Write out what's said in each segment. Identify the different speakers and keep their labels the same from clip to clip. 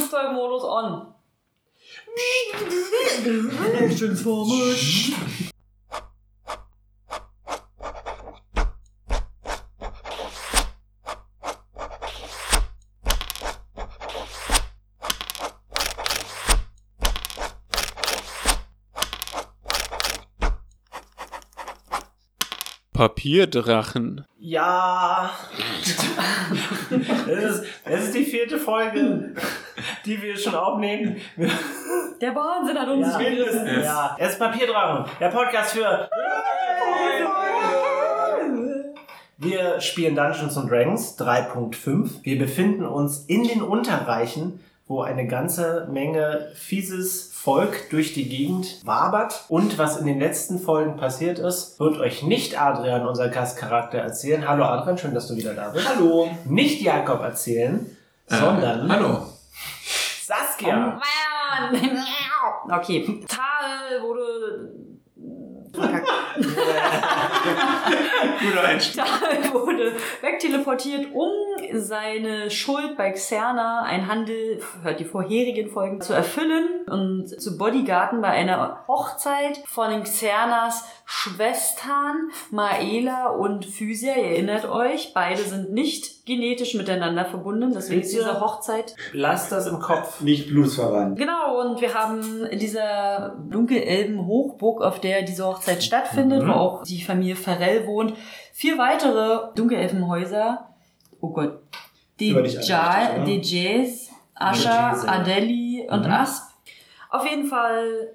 Speaker 1: Flugzeugmodus on.
Speaker 2: Transformers.
Speaker 3: Papierdrachen.
Speaker 2: Ja. Es ist, es ist die vierte Folge, die wir schon aufnehmen. Wir
Speaker 1: Der Wahnsinn hat uns gerissen.
Speaker 2: mindestens. Ja. Es ist Papierdrachen, der Podcast für. Wir spielen Dungeons and Dragons 3.5. Wir befinden uns in den Unterreichen, wo eine ganze Menge fieses Volk durch die Gegend wabert. Und was in den letzten Folgen passiert ist, wird euch nicht Adrian, unser Gastcharakter, erzählen. Hallo Adrian, schön, dass du wieder da bist.
Speaker 4: Hallo. Äh,
Speaker 2: Nicht Jakob erzählen, sondern
Speaker 4: Hallo.
Speaker 2: Saskia.
Speaker 1: Okay. Tal wurde.
Speaker 4: Guter Einstieg.
Speaker 1: Tal wurde wegteleportiert, um seine Schuld bei Xerna, ein Handel, hört die vorherigen Folgen, zu erfüllen und zu Bodygarden bei einer Hochzeit von Xernas Schwestern Maela und Physia. Ihr erinnert euch, beide sind nicht genetisch miteinander verbunden, deswegen ist diese Hochzeit
Speaker 2: Lass das im Kopf.
Speaker 4: Nicht blutsverwandt.
Speaker 1: Genau, und wir haben in dieser Dunkelelben-Hochburg, auf der diese Hochzeit stattfindet,
Speaker 2: Mhm.
Speaker 1: wo auch die Familie Farrell wohnt, vier weitere Dunkelelfenhäuser. Oh Gott. De
Speaker 4: Über dich alle richtig,
Speaker 1: Ja-
Speaker 4: oder?
Speaker 1: De Jays, Asha,
Speaker 2: Jays, ja.
Speaker 1: Adeli und
Speaker 2: Mhm.
Speaker 1: Asp. Auf jeden Fall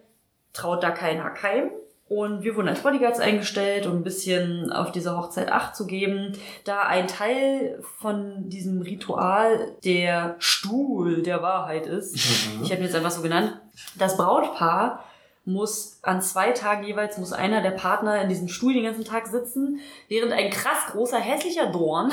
Speaker 1: traut da keiner keinem. Und wir wurden als Bodyguards eingestellt, um ein bisschen auf diese Hochzeit Acht zu geben da ein Teil von diesem Ritual der Stuhl der Wahrheit ist, ich habe ihn jetzt einfach so genannt, das Brautpaar muss an zwei Tagen jeweils, muss einer der Partner in diesem Stuhl den ganzen Tag sitzen, während ein krass großer, hässlicher Dorn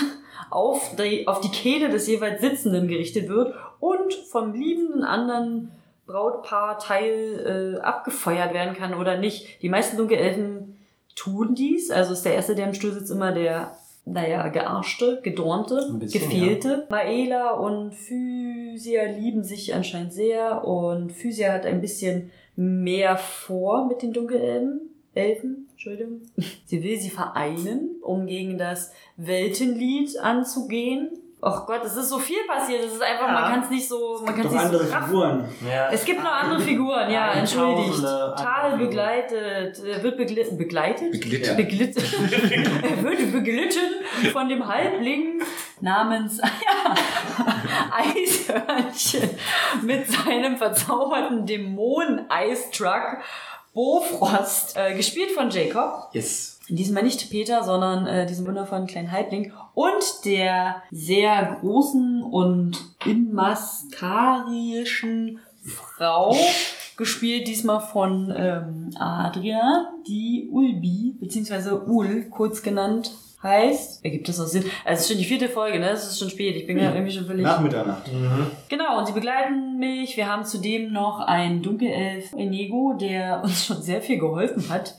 Speaker 1: auf die, auf die Kehle des jeweils Sitzenden gerichtet wird und vom liebenden anderen Brautpaar Teil äh, abgefeuert werden kann oder nicht. Die meisten Dunkelelfen tun dies, also ist der Erste, der im Stuhl sitzt, immer der, naja, Gearschte, Gedornte,
Speaker 2: Ein bisschen,
Speaker 1: Gefehlte. Maela und Physia lieben sich anscheinend sehr und Physia hat ein bisschen mehr vor mit den Dunkelelfen. Elfen, Entschuldigung. Sie will sie vereinen, um gegen das Weltenlied anzugehen. Och Gott, es ist so viel passiert. Es ist einfach,
Speaker 2: Ja.
Speaker 1: man kann es nicht so, man kann es
Speaker 4: Doch
Speaker 1: nicht
Speaker 4: andere
Speaker 1: so raffen.
Speaker 4: Figuren.
Speaker 2: Ja.
Speaker 1: Es gibt noch andere Figuren, ja,
Speaker 2: Tausende
Speaker 1: entschuldigt.
Speaker 2: andere
Speaker 1: Tal
Speaker 2: Figuren.
Speaker 1: begleitet, äh, wird begli begleitet?
Speaker 4: Beglitten.
Speaker 1: Beglit er wird beglitten von dem Halbling namens ja, Eishörnchen mit seinem verzauberten Dämonen-Eistruck Bofrost, äh, gespielt von Jacob.
Speaker 4: Yes.
Speaker 1: Diesmal nicht Peter, sondern äh, diesem wundervollen kleinen Halbling und der sehr großen und inmaskarischen Frau, gespielt diesmal von ähm, Adria, die Ulbi, beziehungsweise Ul, kurz genannt, heißt. Ergibt das noch Sinn? Also es ist schon die vierte Folge, ne? Es ist schon spät, ich bin ja irgendwie schon völlig...
Speaker 4: Nach Mitternacht.
Speaker 2: Mhm.
Speaker 1: Genau, und sie begleiten mich. Wir haben zudem noch einen Dunkelelf, Enego, der uns schon sehr viel geholfen hat.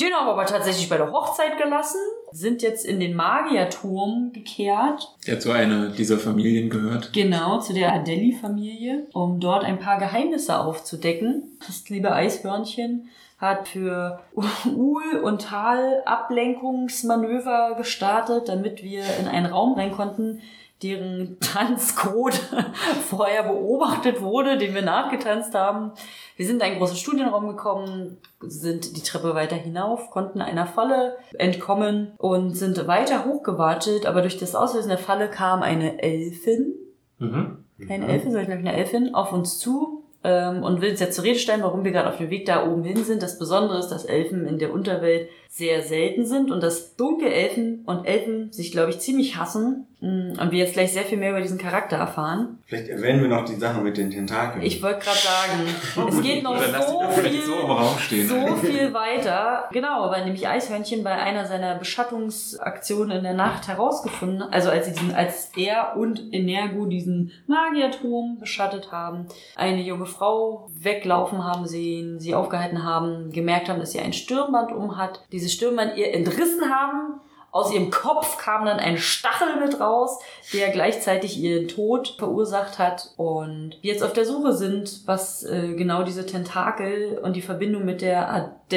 Speaker 1: Den haben wir aber tatsächlich bei der Hochzeit gelassen, sind jetzt in den Magierturm gekehrt,
Speaker 5: der zu einer dieser Familien gehört.
Speaker 1: genau zu der Adeli-Familie, um dort ein paar Geheimnisse aufzudecken. Das liebe Eishörnchen hat für Uhl und Tal Ablenkungsmanöver gestartet, damit wir in einen Raum rein konnten, deren Tanzcode vorher beobachtet wurde, den wir nachgetanzt haben. Wir sind in einen großen Studienraum gekommen, sind die Treppe weiter hinauf, konnten einer Falle entkommen und sind weiter hochgewartet, aber durch das Auslösen der Falle kam eine Elfin,
Speaker 2: Mhm.
Speaker 1: keine Elfin, sondern glaube ich eine Elfin, auf uns zu. ähm, Und will uns jetzt zur Rede stellen, warum wir gerade auf dem Weg da oben hin sind. Das Besondere ist, dass Elfen in der Unterwelt sehr selten sind und dass dunkle Elfen und Elfen sich, glaube ich, ziemlich hassen. Mm, Und wir jetzt gleich sehr viel mehr über diesen Charakter erfahren.
Speaker 6: Vielleicht erwähnen wir noch die Sache mit den Tentakeln.
Speaker 1: Ich wollte gerade sagen, es geht noch
Speaker 5: Oh Oder lass
Speaker 1: so
Speaker 5: die doch
Speaker 1: viel,
Speaker 5: vielleicht so im Raum stehen.
Speaker 1: so viel weiter. Genau, weil nämlich Eishörnchen bei einer seiner Beschattungsaktionen in der Nacht herausgefunden, also als, sie diesen, als er und Energo diesen Magierturm beschattet haben, eine junge Frau weglaufen haben sehen, sie aufgehalten haben, gemerkt haben, dass sie ein Stirnband um hat, dieses Stirnband ihr entrissen haben Aus ihrem Kopf kam dann ein Stachel mit raus, der gleichzeitig ihren Tod verursacht hat. Und wir jetzt auf der Suche sind, was äh, genau diese Tentakel und die Verbindung mit der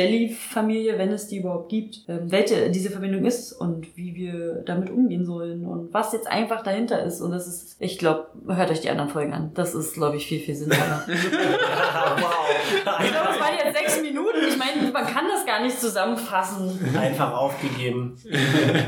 Speaker 1: Adelie-Familie, wenn es die überhaupt gibt, ähm, welche diese Verbindung ist und wie wir damit umgehen sollen und was jetzt einfach dahinter ist. Und das ist, ich glaube, hört euch die anderen Folgen an. Das ist, glaube ich, viel, viel sinnvoller. Ich glaube, es waren jetzt sechs Minuten. Ich meine, man kann das gar nicht zusammenfassen.
Speaker 2: Einfach aufgegeben.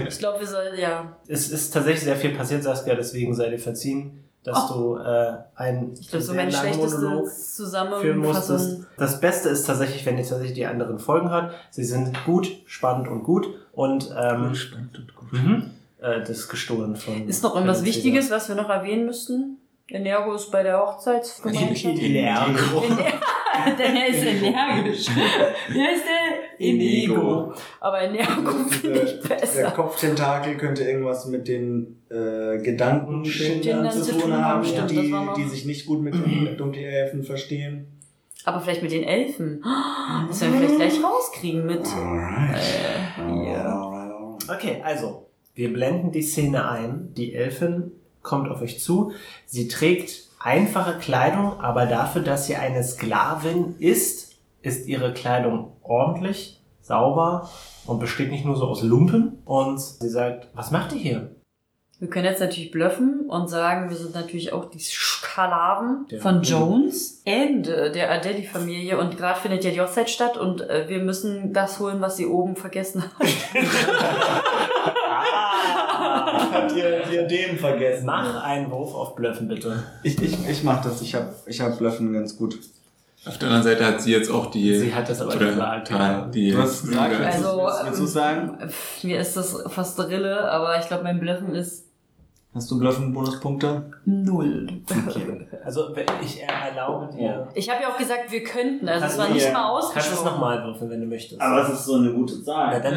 Speaker 1: Ich glaube, wir sollen, ja.
Speaker 2: Es ist tatsächlich sehr viel passiert, Saskia, deswegen sei dir verziehen, dass du äh, einen
Speaker 1: Oh. Ich glaube, so
Speaker 2: sehr
Speaker 1: meine
Speaker 2: langen
Speaker 1: schlechteste
Speaker 2: führen musstest.
Speaker 1: Zusammenfassung.
Speaker 2: Das Beste ist tatsächlich, wenn ihr tatsächlich die anderen Folgen hört. Sie sind gut, spannend und gut. Und ähm,
Speaker 5: Spannend und gut.
Speaker 2: mhm. äh, das ist gestohlen von.
Speaker 1: Ist noch irgendwas
Speaker 2: von
Speaker 1: Wichtiges, was wir noch erwähnen müssten? Energo ist bei der Hochzeitsgemeinschaft.
Speaker 2: Inigo.
Speaker 1: der ist energisch. Der ist der
Speaker 6: Inigo.
Speaker 1: Aber Energo finde ich
Speaker 6: äh, Der
Speaker 1: besser.
Speaker 6: Kopftentakel könnte irgendwas mit den äh, Gedankenschildern
Speaker 1: Kindern
Speaker 6: zu tun haben,
Speaker 1: stimmt, das war
Speaker 6: die,
Speaker 1: noch-
Speaker 6: die sich nicht gut mit den Dunkelelfen verstehen.
Speaker 1: Aber vielleicht mit den Elfen. Das werden wir vielleicht gleich rauskriegen mit. äh,
Speaker 6: Alright.
Speaker 1: ja.
Speaker 6: Alright, alright.
Speaker 2: Okay, also, wir blenden die Szene ein. Die Elfin kommt auf euch zu. Sie trägt einfache Kleidung, aber dafür, dass sie eine Sklavin ist, ist ihre Kleidung ordentlich, sauber und besteht nicht nur so aus Lumpen. Und sie sagt, was macht ihr hier?
Speaker 1: Wir können jetzt natürlich bluffen und sagen, wir sind natürlich auch die Skalaven
Speaker 2: Der-
Speaker 1: von Jones. Ende der Adeli-Familie. Und gerade findet ja die Hochzeit statt und äh, wir müssen das holen, was sie oben vergessen hat.
Speaker 6: Habt ihr Diadem vergessen?
Speaker 2: Mach einen Wurf auf Blöffen, bitte.
Speaker 6: Ich, ich, ich mach das. Ich hab, ich hab Bluffen ganz gut.
Speaker 5: Auf der anderen Seite hat sie jetzt auch die.
Speaker 2: Sie hat das aber
Speaker 5: oder,
Speaker 2: gesagt, ja.
Speaker 5: Ja, die
Speaker 6: Du hast gesagt,
Speaker 1: äh,
Speaker 5: Ja.
Speaker 6: willst du- willst du- willst du sagen?
Speaker 1: Also, ähm, pf, mir ist das fast Rille, aber ich glaube, mein Bluffen ist
Speaker 6: Hast du Bluffen-Bonuspunkte?
Speaker 1: null.
Speaker 2: Also, ich erlaube dir.
Speaker 1: Ich habe ja auch gesagt, wir könnten, also es
Speaker 2: Kannst
Speaker 1: war
Speaker 6: du-
Speaker 1: nicht
Speaker 6: ja.
Speaker 1: mal
Speaker 2: Kannst du es
Speaker 1: ausgeschlossen.
Speaker 2: nochmal würfeln, wenn du möchtest.
Speaker 6: Aber es ist so eine gute
Speaker 2: Na,
Speaker 6: Zahl.
Speaker 2: dann,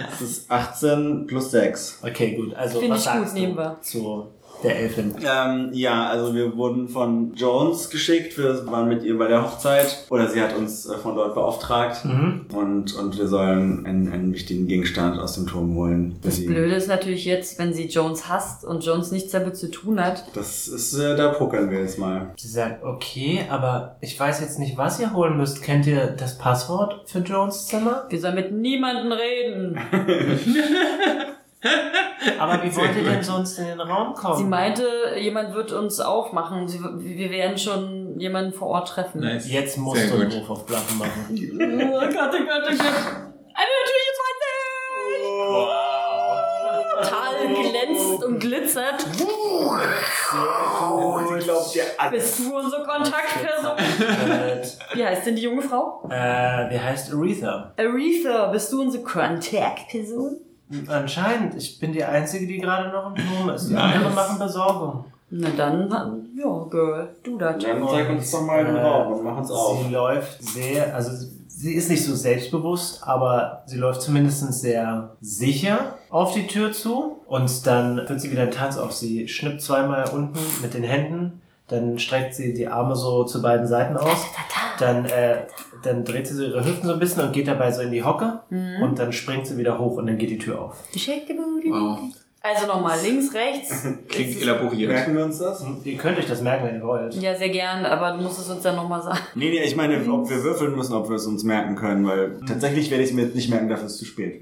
Speaker 6: Es ist 18 plus 6.
Speaker 2: okay, gut. Also,
Speaker 1: Finde
Speaker 2: was
Speaker 1: ich gut,
Speaker 2: sagst
Speaker 1: nehmen
Speaker 2: du
Speaker 1: wir.
Speaker 2: zu der Elfin?
Speaker 6: Ähm, ja, also wir wurden von Jones geschickt. Wir waren mit ihr bei der Hochzeit. Oder sie hat uns äh, von dort beauftragt.
Speaker 2: Mhm.
Speaker 6: Und, und wir sollen einen, einen wichtigen Gegenstand aus dem Turm holen.
Speaker 1: Das
Speaker 6: Deswegen-
Speaker 1: Blöde ist natürlich jetzt, wenn sie Jones hasst und Jones nichts damit zu tun hat.
Speaker 6: Das ist, äh, da pokern wir jetzt mal.
Speaker 2: Sie sagt, okay, aber ich weiß jetzt nicht, was ihr holen müsst. Kennt ihr das Passwort für Jones Zimmer?
Speaker 1: Wir sollen mit niemandem reden.
Speaker 2: Aber wie wollt ihr denn sonst in den Raum kommen?
Speaker 1: Sie meinte, jemand wird uns aufmachen. Sie, wir werden schon jemanden vor Ort treffen.
Speaker 5: Nice.
Speaker 2: Jetzt musst
Speaker 5: Sehr
Speaker 2: du einen
Speaker 5: gut.
Speaker 2: Ruf auf Blaffen machen.
Speaker 1: Oh Gott, oh Gott, oh Gott. Eine natürliche 20! Tal glänzt und glitzert.
Speaker 6: Oh, Sie glaubt dir
Speaker 1: Bist du unsere Kontaktperson?
Speaker 2: äh,
Speaker 1: Wie heißt denn die junge Frau?
Speaker 2: äh, wie heißt Aretha?
Speaker 1: Aretha, bist du unsere Kontaktperson?
Speaker 2: Anscheinend, ich bin die Einzige, die gerade noch im Turm ist. Die anderen machen Besorgung.
Speaker 1: Na dann, ja, Girl, du das.
Speaker 6: Dann zeig uns doch mal den
Speaker 2: Äh,
Speaker 6: Raum und mach uns auf.
Speaker 2: Sie läuft sehr, also sie ist nicht so selbstbewusst, aber sie läuft zumindest sehr sicher auf die Tür zu und dann führt sie wieder einen Tanz auf. Sie schnippt zweimal unten mit den Händen, dann streckt sie die Arme so zu beiden Seiten aus, dann, äh, dann dreht sie so ihre Hüften so ein bisschen und geht dabei so in die Hocke und dann springt sie wieder hoch und dann geht die Tür auf.
Speaker 1: Shake the booty.
Speaker 5: Wow.
Speaker 1: Also nochmal links, rechts.
Speaker 5: Klingt elaboriert.
Speaker 6: Merken wir uns das?
Speaker 2: Ihr könnt euch das merken, wenn ihr wollt.
Speaker 1: Ja, sehr gern, aber du musst es uns dann nochmal sagen.
Speaker 6: Nee, nee, ich meine, ob wir würfeln müssen, ob wir es uns merken können, weil tatsächlich werde ich es mir jetzt nicht merken, dafür ist es zu spät.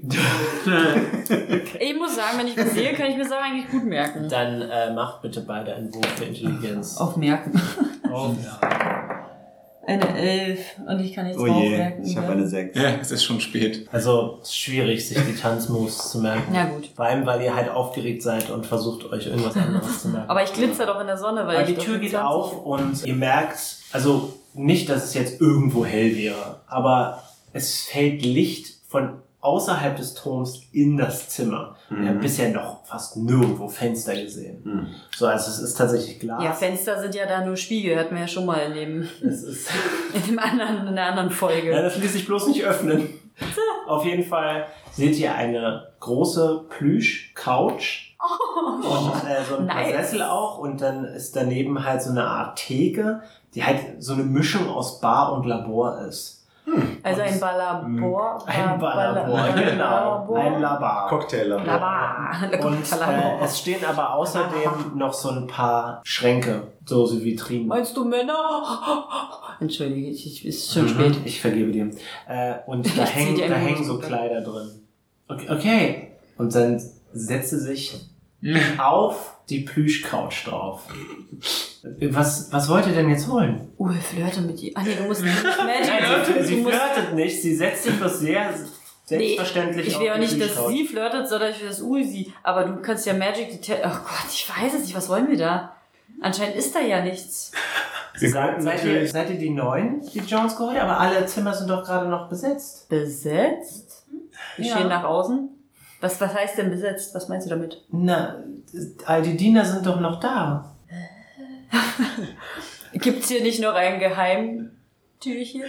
Speaker 1: Ich muss sagen, wenn ich mich sehe, kann ich mir Sachen eigentlich gut merken.
Speaker 2: Dann äh, macht bitte beide einen Wurf für Intelligenz.
Speaker 1: Auf Merken.
Speaker 2: Oh, ja.
Speaker 1: Eine Elf. Und ich kann nichts
Speaker 6: Oh
Speaker 1: drauf
Speaker 6: je,
Speaker 1: merken.
Speaker 6: ich habe
Speaker 1: ne?
Speaker 6: eine 6.
Speaker 5: Ja, es ist schon spät.
Speaker 2: Also es ist schwierig, sich die Tanzmoves zu merken.
Speaker 1: Ja, gut.
Speaker 2: Vor allem, weil ihr halt aufgeregt seid und versucht, euch irgendwas anderes zu merken.
Speaker 1: Aber ich glitzer doch in der Sonne, weil
Speaker 2: Aber
Speaker 1: ich
Speaker 2: die Tür
Speaker 1: doch
Speaker 2: geht
Speaker 1: 20
Speaker 2: auf und ihr merkt, also nicht, dass es jetzt irgendwo hell wäre, aber es fällt Licht von außerhalb des Turms in das Zimmer. Wir haben bisher noch fast nirgendwo Fenster gesehen.
Speaker 6: Mhm.
Speaker 2: So, also es ist tatsächlich Glas.
Speaker 1: Ja, Fenster sind ja da nur Spiegel, hatten wir ja schon mal in dem,
Speaker 2: es ist
Speaker 1: in dem anderen, in der anderen
Speaker 2: Ja,
Speaker 1: Folge.
Speaker 2: das ließ sich bloß nicht öffnen. Auf jeden Fall seht ihr eine große Plüsch-Couch
Speaker 6: Oh,
Speaker 2: und äh, so ein paar
Speaker 1: nice.
Speaker 2: Sessel auch und dann ist daneben halt so eine Art Theke, die halt so eine Mischung aus Bar und Labor ist.
Speaker 1: Also ein Ballabor.
Speaker 2: Ein Ballabor, genau. Ein Labar.
Speaker 4: Cocktailer.
Speaker 1: Labar. Da kommt
Speaker 2: Und äh,
Speaker 1: Ballabor.
Speaker 2: es stehen aber außerdem noch so ein paar Schränke, so, so Vitrinen.
Speaker 1: Meinst du Männer? Entschuldige, ich, ich- ist
Speaker 2: Mhm.
Speaker 1: schon spät.
Speaker 2: Ich vergebe dir. Äh, und da
Speaker 1: Ich zieh
Speaker 2: hängen,
Speaker 1: dir
Speaker 2: da
Speaker 1: einen
Speaker 2: hängen so
Speaker 1: Hut.
Speaker 2: Kleider drin. Okay, okay. Und dann setzte sich auf die Plüschcouch drauf. Was, was wollt ihr denn jetzt holen?
Speaker 1: Uwe flirte mit ihr. Ah nee, du musst nicht flirten.
Speaker 2: sie,
Speaker 1: Du
Speaker 2: sie
Speaker 1: musst-
Speaker 2: flirtet nicht, sie setzt sich bloß sehr selbstverständlich
Speaker 1: Ich
Speaker 2: auf
Speaker 1: will ja
Speaker 2: die
Speaker 1: nicht, dass
Speaker 2: Plüschcouch.
Speaker 1: sie flirtet, sondern ich will, dass Uwe sie. Aber du kannst ja Magic Detail. Oh Gott, ich weiß es nicht. Was wollen wir da? Anscheinend ist da ja nichts.
Speaker 6: Sie
Speaker 2: Seid,
Speaker 6: könnten
Speaker 2: seid, ihr,
Speaker 6: natürlich.
Speaker 2: seid ihr die Neuen, die Jones geholt? haben? Aber alle Zimmer sind doch gerade noch besetzt.
Speaker 1: Besetzt? Wir
Speaker 2: Ja.
Speaker 1: stehen nach außen. Was, was heißt denn besetzt? Was meinst du damit?
Speaker 2: Na, all die Diener sind doch noch da.
Speaker 1: Gibt's hier nicht noch ein Geheimtürchen?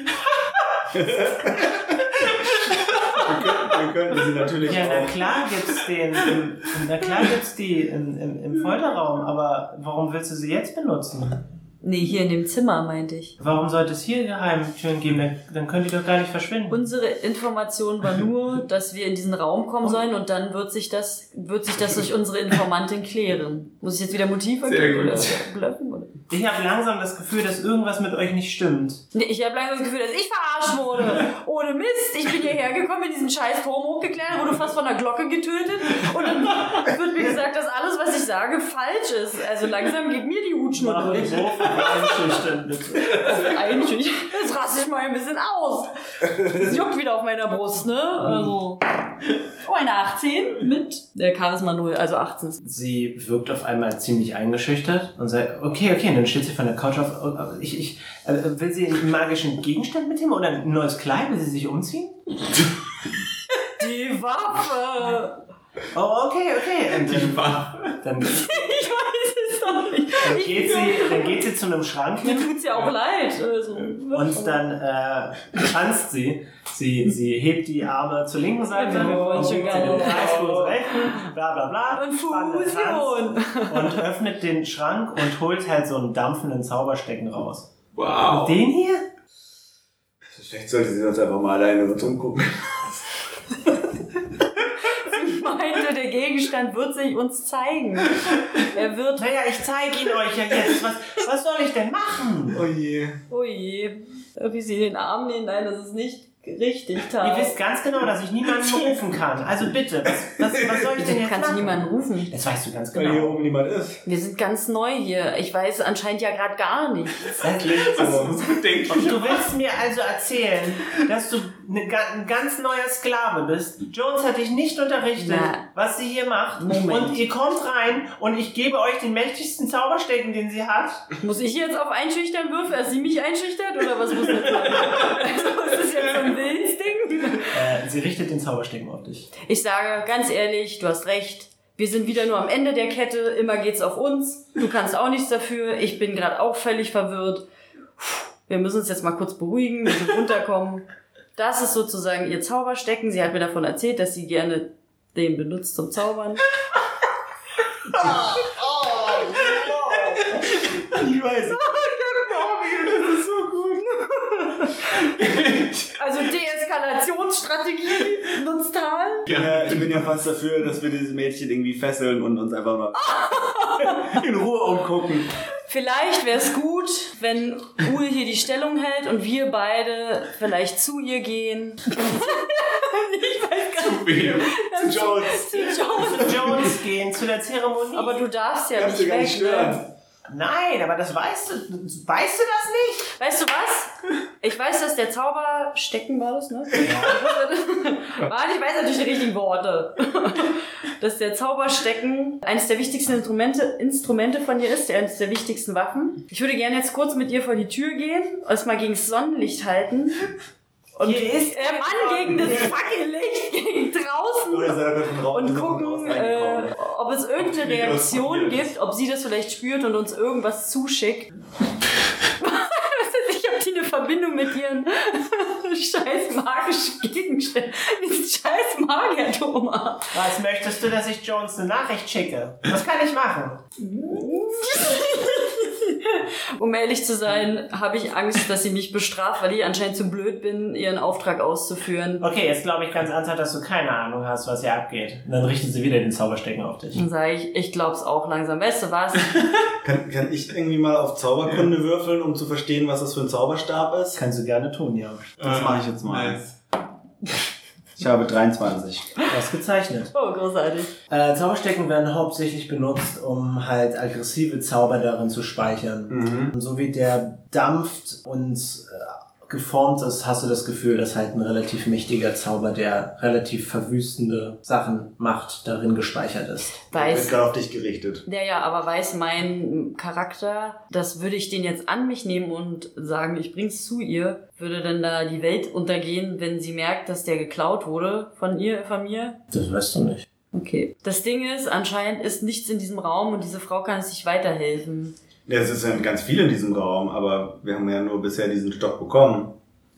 Speaker 6: Wir könnten sie natürlich
Speaker 2: Ja, na
Speaker 6: auch.
Speaker 2: klar gibt's den, im, na klar gibt's die im, im, im Folterraum, aber warum willst du sie jetzt benutzen?
Speaker 1: Nee, hier in dem Zimmer, meinte ich.
Speaker 2: Warum sollte es hier geheime Türen geben? Dann, dann können die doch gar nicht verschwinden.
Speaker 1: Unsere Information war nur, dass wir in diesen Raum kommen sollen und dann wird sich das, wird sich das durch unsere Informantin klären. Muss ich jetzt wieder Motiv erkennen
Speaker 5: gut.
Speaker 1: oder bluffen? Oder?
Speaker 2: ich habe langsam das Gefühl, dass irgendwas mit euch nicht stimmt.
Speaker 1: Nee, ich habe langsam das Gefühl, dass ich verarscht wurde. Ohne Mist. Ich bin hierher gekommen, in diesen scheiß Turm hochgeklettert, wurde fast von einer Glocke getötet. Und dann wird mir gesagt, dass alles, was ich sage, falsch ist. Also langsam geht mir die Hutschnur
Speaker 2: Mach
Speaker 1: durch.
Speaker 2: den Wurf einschüchtern, bitte.
Speaker 1: Eigentlich, das raste ich mal ein bisschen aus. Das juckt wieder auf meiner Brust, ne? Also. Oh, eine 18 mit der Charisma 0, also 18.
Speaker 2: Sie wirkt auf einmal ziemlich eingeschüchtert und sagt, okay, okay, und dann steht sie von der Couch auf. äh, Ich, ich, äh, will sie einen magischen Gegenstand mitnehmen oder ein neues Kleid? Will sie sich umziehen?
Speaker 1: Die Waffe!
Speaker 2: Oh, okay, okay. Und dann, dann, dann,
Speaker 1: Ich weiß es doch nicht.
Speaker 2: geht sie, dann geht sie zu einem Schrank
Speaker 1: Mir
Speaker 2: hin
Speaker 1: tut's ja auch leid. Also.
Speaker 2: und dann äh, tanzt sie. sie. Sie hebt die Arme zur linken Seite
Speaker 1: Ja, wir wollen
Speaker 2: und
Speaker 1: Genau, schon
Speaker 2: hebt sie
Speaker 1: gerne.
Speaker 2: den Kreis zur rechten, bla bla bla.
Speaker 1: Und
Speaker 2: Spannende Tanz.
Speaker 1: Fusion!
Speaker 2: Und öffnet den Schrank und holt halt so einen dampfenden Zauberstecken raus.
Speaker 5: Wow.
Speaker 2: Den hier?
Speaker 4: Vielleicht sollte sie uns einfach mal alleine uns umgucken.
Speaker 1: Ich meinte, der Gegenstand wird sich uns zeigen. Er wird.
Speaker 2: Naja, ich zeige ihn euch ja jetzt. Was, was soll ich denn machen?
Speaker 5: Oh je.
Speaker 1: Oh je. Wie sie den Arm nehmen. Nein, das ist nicht richtig, Tal.
Speaker 2: Ihr wisst ganz genau, dass ich niemanden rufen kann. Also bitte, was, was, was soll ich denn
Speaker 1: Du
Speaker 2: jetzt
Speaker 1: kannst
Speaker 2: machen?
Speaker 1: niemanden rufen.
Speaker 2: Das weißt du ganz
Speaker 6: Weil hier
Speaker 2: genau.
Speaker 6: oben niemand ist.
Speaker 1: Wir sind ganz neu hier. Ich weiß anscheinend ja gerade gar nichts.
Speaker 2: Das
Speaker 6: Klingt so.
Speaker 5: Das ist bedenklich.
Speaker 2: Und du willst mir also erzählen, dass du ne, ga- ein ganz neuer Sklave bist. Jones hat dich nicht unterrichtet,
Speaker 1: Na.
Speaker 2: was sie hier macht.
Speaker 1: Moment.
Speaker 2: Und ihr kommt rein und ich gebe euch den mächtigsten Zauberstecken, den sie hat.
Speaker 1: Muss ich jetzt auf einschüchtern würfeln, dass sie mich einschüchtert? Oder was muss das sein? Also, ist das jetzt so ein Willensding?
Speaker 2: Äh, sie richtet den Zauberstecken auf dich.
Speaker 1: Ich sage ganz ehrlich, du hast recht. Wir sind wieder nur am Ende der Kette. Immer geht's auf uns. Du kannst auch nichts dafür. Ich bin gerade auch völlig verwirrt. Puh, Wir müssen uns jetzt mal kurz beruhigen, wir müssen runterkommen. Das ist sozusagen ihr Zauberstecken. Sie hat mir davon erzählt, dass sie gerne den benutzt zum Zaubern.
Speaker 2: Ich weiß. Oh,
Speaker 1: Das ist so gut. Also Deeskalationsstrategie nutzt Tal.
Speaker 6: Ja, ich bin ja fast dafür, dass wir dieses Mädchen irgendwie fesseln und uns einfach mal in Ruhe
Speaker 2: oh.
Speaker 6: umgucken.
Speaker 1: Vielleicht wäre es gut, wenn Uwe hier die Stellung hält und wir beide vielleicht zu ihr gehen. ich weiß gar nicht.
Speaker 5: Wem?
Speaker 1: Zu Jones.
Speaker 2: Jones gehen zu der Zeremonie.
Speaker 1: Aber du darfst ja
Speaker 6: Darfst
Speaker 1: nicht
Speaker 6: du gar nicht
Speaker 1: weg. Ne?
Speaker 6: stören.
Speaker 2: Nein, aber das weißt du, weißt du das nicht?
Speaker 1: Weißt du was? Ich weiß, dass der Zauber stecken war das, ne? Warte, ich weiß natürlich die richtigen Worte. Dass der Zauberstecken eines der wichtigsten Instrumente, Instrumente von dir ist, eines der wichtigsten Waffen. Ich würde gerne jetzt kurz mit ihr vor die Tür gehen, erstmal gegen das Sonnenlicht halten. Und
Speaker 2: Hier ist
Speaker 1: äh, Mann gegen das fucking Licht, gegen draußen
Speaker 6: Oder ist er gerade von draußen-
Speaker 1: und
Speaker 6: von
Speaker 1: gucken,
Speaker 6: draußen
Speaker 1: äh,
Speaker 6: reingekommen?
Speaker 1: ob es irgendeine
Speaker 6: Ob die
Speaker 1: Reaktion
Speaker 6: das probiert.
Speaker 1: gibt, ob sie das vielleicht spürt und uns irgendwas zuschickt. Was weiß ich ob die eine Verbindung mit ihren scheiß magischen Gegenständen, diesen scheiß Magier, Thomas.
Speaker 2: Was möchtest du, dass ich Jones eine Nachricht schicke? Was kann ich machen?
Speaker 1: Um ehrlich zu sein, habe ich Angst, dass sie mich bestraft, weil ich anscheinend zu blöd bin, ihren Auftrag auszuführen.
Speaker 2: Okay, jetzt glaube ich ganz ernsthaft, dass du keine Ahnung hast, was hier abgeht. Und dann richten sie wieder den Zauberstecken auf dich.
Speaker 1: Dann sage ich, ich glaub's auch langsam. Weißt du was?
Speaker 6: Kann, kann ich irgendwie mal auf Zauberkunde würfeln, um zu verstehen, was das für ein Zauberstab ist?
Speaker 2: Kannst du gerne tun, ja.
Speaker 6: Das
Speaker 5: Äh,
Speaker 6: mache ich jetzt mal.
Speaker 5: nice.
Speaker 6: Ich habe 23.
Speaker 2: Ausgezeichnet.
Speaker 1: Oh, großartig.
Speaker 2: Äh, Zauberstecken werden hauptsächlich benutzt, um halt aggressive Zauber darin zu speichern.
Speaker 6: Mhm.
Speaker 2: So wie der dampft und äh, geformt ist, hast du das Gefühl, dass halt ein relativ mächtiger Zauber, der relativ verwüstende Sachen macht, darin gespeichert ist.
Speaker 1: Weiß.
Speaker 6: Ist gerade auf dich gerichtet.
Speaker 1: Ja, ja, aber weiß mein Charakter, das würde ich den jetzt an mich nehmen und sagen, ich bring's zu ihr. Würde denn da die Welt untergehen, wenn sie merkt, dass der geklaut wurde von ihr, von mir?
Speaker 2: Das weißt du nicht.
Speaker 1: Okay. Das Ding ist, anscheinend ist nichts in diesem Raum und diese Frau kann es nicht weiterhelfen.
Speaker 6: Ja, es sind ganz viele in diesem Raum, aber wir haben ja nur bisher diesen Stock bekommen.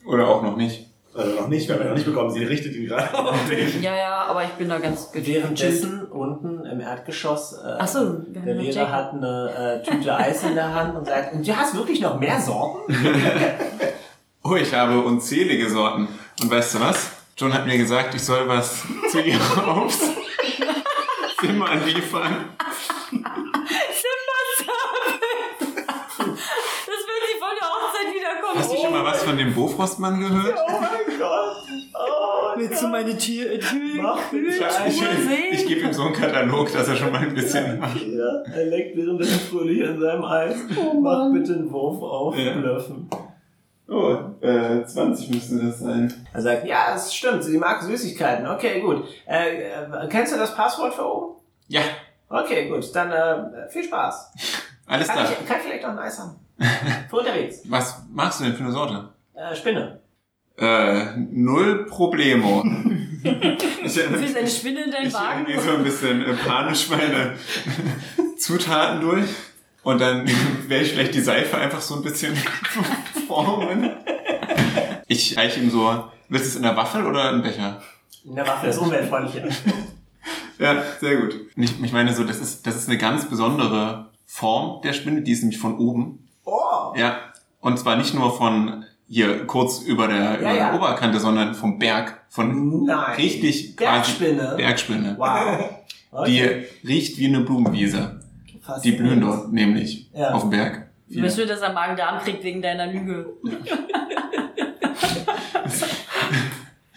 Speaker 5: Oder auch noch nicht.
Speaker 6: Also noch nicht, wir haben ihn noch nicht bekommen. Sie richtet ihn gerade auf dich.
Speaker 1: Ja, ja, aber ich bin da ganz
Speaker 2: Währenddessen unten im Erdgeschoss äh,
Speaker 1: Ach so, wir haben
Speaker 2: der
Speaker 1: noch
Speaker 2: Lehrer
Speaker 1: Jacob.
Speaker 2: hat eine äh, Tüte Eis in der Hand und sagt, und du hast wirklich noch mehr Sorgen?
Speaker 5: Oh, ich habe unzählige Sorten. Und weißt du was? John hat mir gesagt, ich soll was zu ihrem aufs Zimmer liefern.
Speaker 1: Das wird sie von der Hochzeit wiederkommen.
Speaker 5: Hast du schon mal was von dem Bofrostmann gehört?
Speaker 1: Willst du meine Tür, Tür,
Speaker 2: Mach den
Speaker 1: Tür,
Speaker 2: Scheiß.
Speaker 5: Ich, ich
Speaker 1: sehen?
Speaker 5: gebe ihm so einen Katalog, dass er schon mal ein bisschen macht.
Speaker 2: Ja, er leckt währenddessen fröhlich an seinem Eis. Mach bitte einen Wurf auf
Speaker 5: Ja.
Speaker 2: Blöffen.
Speaker 5: Oh, äh, 20 müsste das sein.
Speaker 2: Er sagt, ja, das stimmt, sie mag Süßigkeiten. Okay, gut. Äh, äh, kennst du das Passwort für oben?
Speaker 5: Ja,
Speaker 2: Okay, gut, dann äh, viel Spaß.
Speaker 5: alles
Speaker 2: Kann
Speaker 5: klar.
Speaker 2: ich, kann ich vielleicht noch ein Eis haben? Für unterwegs.
Speaker 5: Was magst du denn für eine Sorte?
Speaker 2: Äh, Spinne.
Speaker 5: Äh, null Problemo. ich
Speaker 1: Du
Speaker 5: erinnere
Speaker 1: willst eine Spinne in deinen
Speaker 5: Ich
Speaker 1: Wagen?
Speaker 5: gehe so ein bisschen äh, panisch meine Zutaten durch und dann werde ich vielleicht die Seife einfach so ein bisschen formen. Ich reiche ihm so, willst du es in der Waffel oder im Becher?
Speaker 2: In der Waffe ist umweltfreundlicher.
Speaker 5: Ja, sehr gut. Und Ich, ich meine so, das ist, das ist eine ganz besondere Form der Spinne, die ist nämlich von oben.
Speaker 2: Oh!
Speaker 5: Ja, und zwar nicht nur von hier kurz über der, über
Speaker 2: Ja, ja.
Speaker 5: der Oberkante, sondern vom Berg, von
Speaker 2: Nein.
Speaker 5: richtig
Speaker 2: Bergspinne?
Speaker 5: Bergspinne.
Speaker 2: Wow. Okay.
Speaker 5: Die riecht wie eine Blumenwiese.
Speaker 2: Fast
Speaker 5: Die blühen
Speaker 2: nichts.
Speaker 5: dort nämlich
Speaker 2: Ja.
Speaker 5: auf dem Berg.
Speaker 1: Du bist nur, dass er Magen-Darm kriegt wegen deiner Lüge.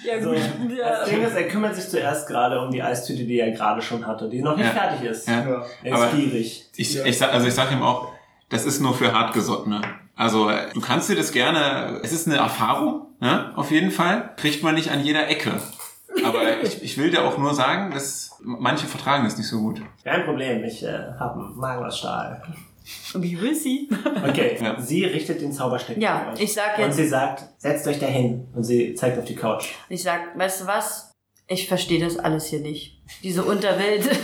Speaker 1: ja,
Speaker 2: So,
Speaker 1: gut. ja.
Speaker 2: das Ding ist, er kümmert sich zuerst gerade um die Eistüte, die er gerade schon hatte, die noch nicht
Speaker 5: Ja.
Speaker 2: fertig ist.
Speaker 5: Ja.
Speaker 2: Er
Speaker 5: Aber-
Speaker 2: ist gierig.
Speaker 5: Ich, ich sag, also ich sage ihm auch, das ist nur für Hartgesottene. Also du kannst dir das gerne, es ist eine Erfahrung, ne? auf jeden Fall, kriegt man nicht an jeder Ecke. Aber ich, ich will dir auch nur sagen, dass manche vertragen das nicht so gut.
Speaker 2: Kein Problem, ich äh, habe einen Magen aus Stahl.
Speaker 1: Wie will sie?
Speaker 2: Okay,
Speaker 5: Ja.
Speaker 2: sie richtet den Zauberstecken
Speaker 1: Ja,
Speaker 2: auf euch.
Speaker 1: ich sag
Speaker 2: Und
Speaker 1: jetzt,
Speaker 2: sie sagt, setzt euch dahin. Und sie zeigt auf die Couch.
Speaker 1: ich sag, weißt du was? Ich verstehe das alles hier nicht. Diese Unterwelt.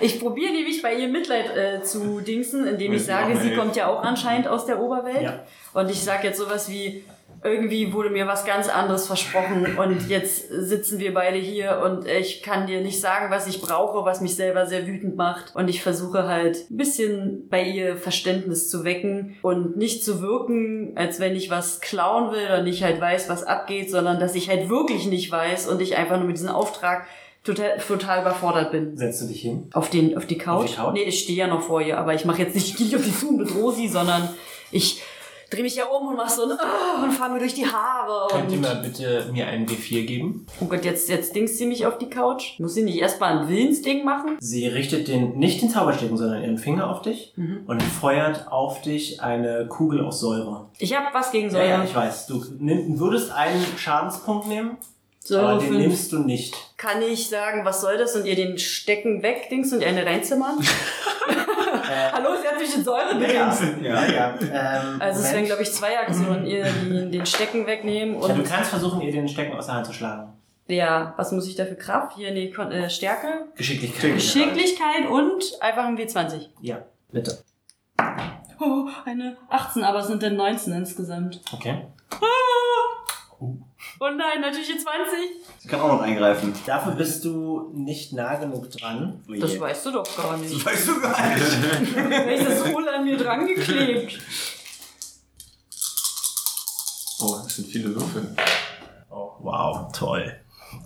Speaker 1: Ich probiere nämlich bei ihr Mitleid äh, zu dingsen, indem ich
Speaker 5: Müssen wir auch
Speaker 1: sage,
Speaker 5: mal
Speaker 1: sie
Speaker 5: helfen.
Speaker 1: kommt ja auch anscheinend aus der Oberwelt.
Speaker 2: Ja.
Speaker 1: Und ich sage jetzt sowas wie, irgendwie wurde mir was ganz anderes versprochen und jetzt sitzen wir beide hier und ich kann dir nicht sagen, was ich brauche, was mich selber sehr wütend macht. Und ich versuche halt ein bisschen bei ihr Verständnis zu wecken und nicht zu wirken, als wenn ich was klauen will oder nicht halt weiß, was abgeht, sondern dass ich halt wirklich nicht weiß und ich einfach nur mit diesem Auftrag total, total überfordert bin.
Speaker 2: Setzt du dich hin?
Speaker 1: Auf, den, auf die Couch?
Speaker 2: Auf die Couch?
Speaker 1: Nee, ich stehe ja noch vor ihr, aber ich mache jetzt nicht, geh nicht auf sie zu und bedrohe sie, sondern ich drehe mich ja um und mache so ein "Ah" und fahre mir durch die Haare. Und
Speaker 2: bitte mir einen D4 geben?
Speaker 1: oh Gott, jetzt, jetzt dingst sie mich auf die Couch. Muss sie nicht erstmal ein Willensding machen?
Speaker 2: Sie richtet den, nicht den Zauberstecken, sondern ihren Finger auf dich und feuert auf dich eine Kugel aus Säure.
Speaker 1: Ich habe was gegen Säure.
Speaker 2: Ja, ja, ich weiß. Du nimm, würdest einen Schadenspunkt nehmen, aber
Speaker 1: Säure
Speaker 2: den
Speaker 1: 5.
Speaker 2: nimmst du nicht.
Speaker 1: Kann ich sagen, was soll das und ihr den Stecken weg, Dings, und ihr eine reinzimmern? Hallo, sie hat mich in Säure gedingst.
Speaker 2: Äh, ja. ja. Ähm,
Speaker 1: Also es
Speaker 2: Moment.
Speaker 1: wären, glaube ich, zwei Aktionen. Ihr den, den Stecken wegnehmen
Speaker 2: ja, du
Speaker 1: und...
Speaker 2: kannst versuchen, ihr den Stecken aus der Hand zu schlagen.
Speaker 1: Ja, was muss ich dafür? Kraft? Hier, nee, Kon- äh, Stärke?
Speaker 2: Geschicklichkeit.
Speaker 1: Geschicklichkeit und einfach ein W20.
Speaker 2: Ja, bitte.
Speaker 1: Oh, eine 18, aber es sind dann 19 insgesamt.
Speaker 2: Okay.
Speaker 1: Oh nein, natürlich eine 20.
Speaker 6: Ich kann auch noch eingreifen.
Speaker 2: Dafür bist du nicht nah genug dran.
Speaker 6: Oh
Speaker 1: Das
Speaker 6: je.
Speaker 1: weißt du doch gar nicht.
Speaker 6: weißt du gar nicht.
Speaker 1: Welches Wohl an mir dran geklebt.
Speaker 5: Oh, Das sind viele Würfel.
Speaker 2: Oh, wow, toll.